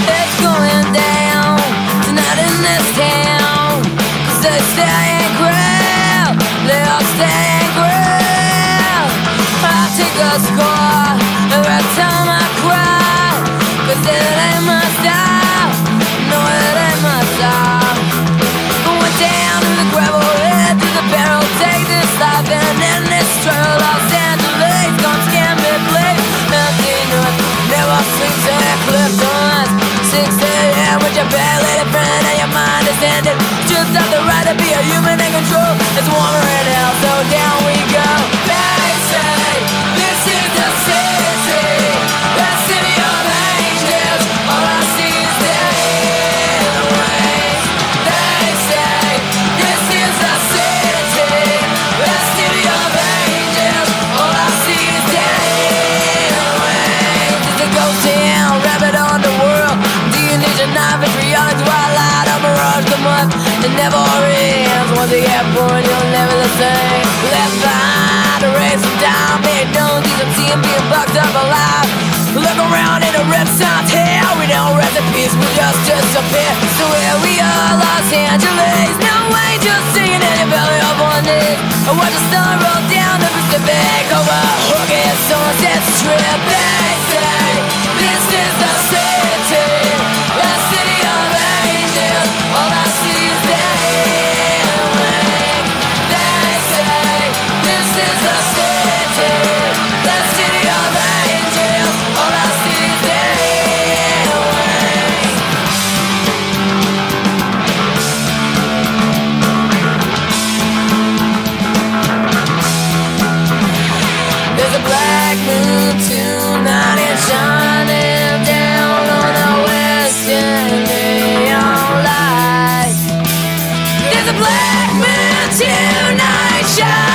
It's going down tonight in this town. 'Cause they stay and grill, they all stay and grill. I take a score every time I cry. 'Cause it ain't my style, no, it ain't my style. I went down to the gravel, head to the barrel. Take this life and end this struggle. Los Angeles, don't scare me, please. Nothing north, never swings to a cliff. Don't ask. 6 a.m. with your bad lady friend and your mind is ended. Just have the right to be a human and control. It's warmer in hell, so down we go. They say, this is the city, the city of angels. All I see is dead ways. They say this is a city, a city of angels. All I see is dead It's a ghost town, rabbit on the world. Do you need your knife and three yards? Why light a mirage the month? It never ends. Once you get born, you'll never the same. Left behind, a race from time. Big don't these I'm seeing being bucked up alive. Look around in the Renaissance here. We don't rest in peace, we just disappear. So here we are, Los Angeles. No way, just singing in the belly of one day. I watch the sun roll down the Pacific over Hogan Sunset Strip. They say this is the city, the city of angels. All I see is death. They say this is the city, the city of angels. All I see is death. There's a black moon tonight and shining down on the western neon lights. There's a black moon tonight shining.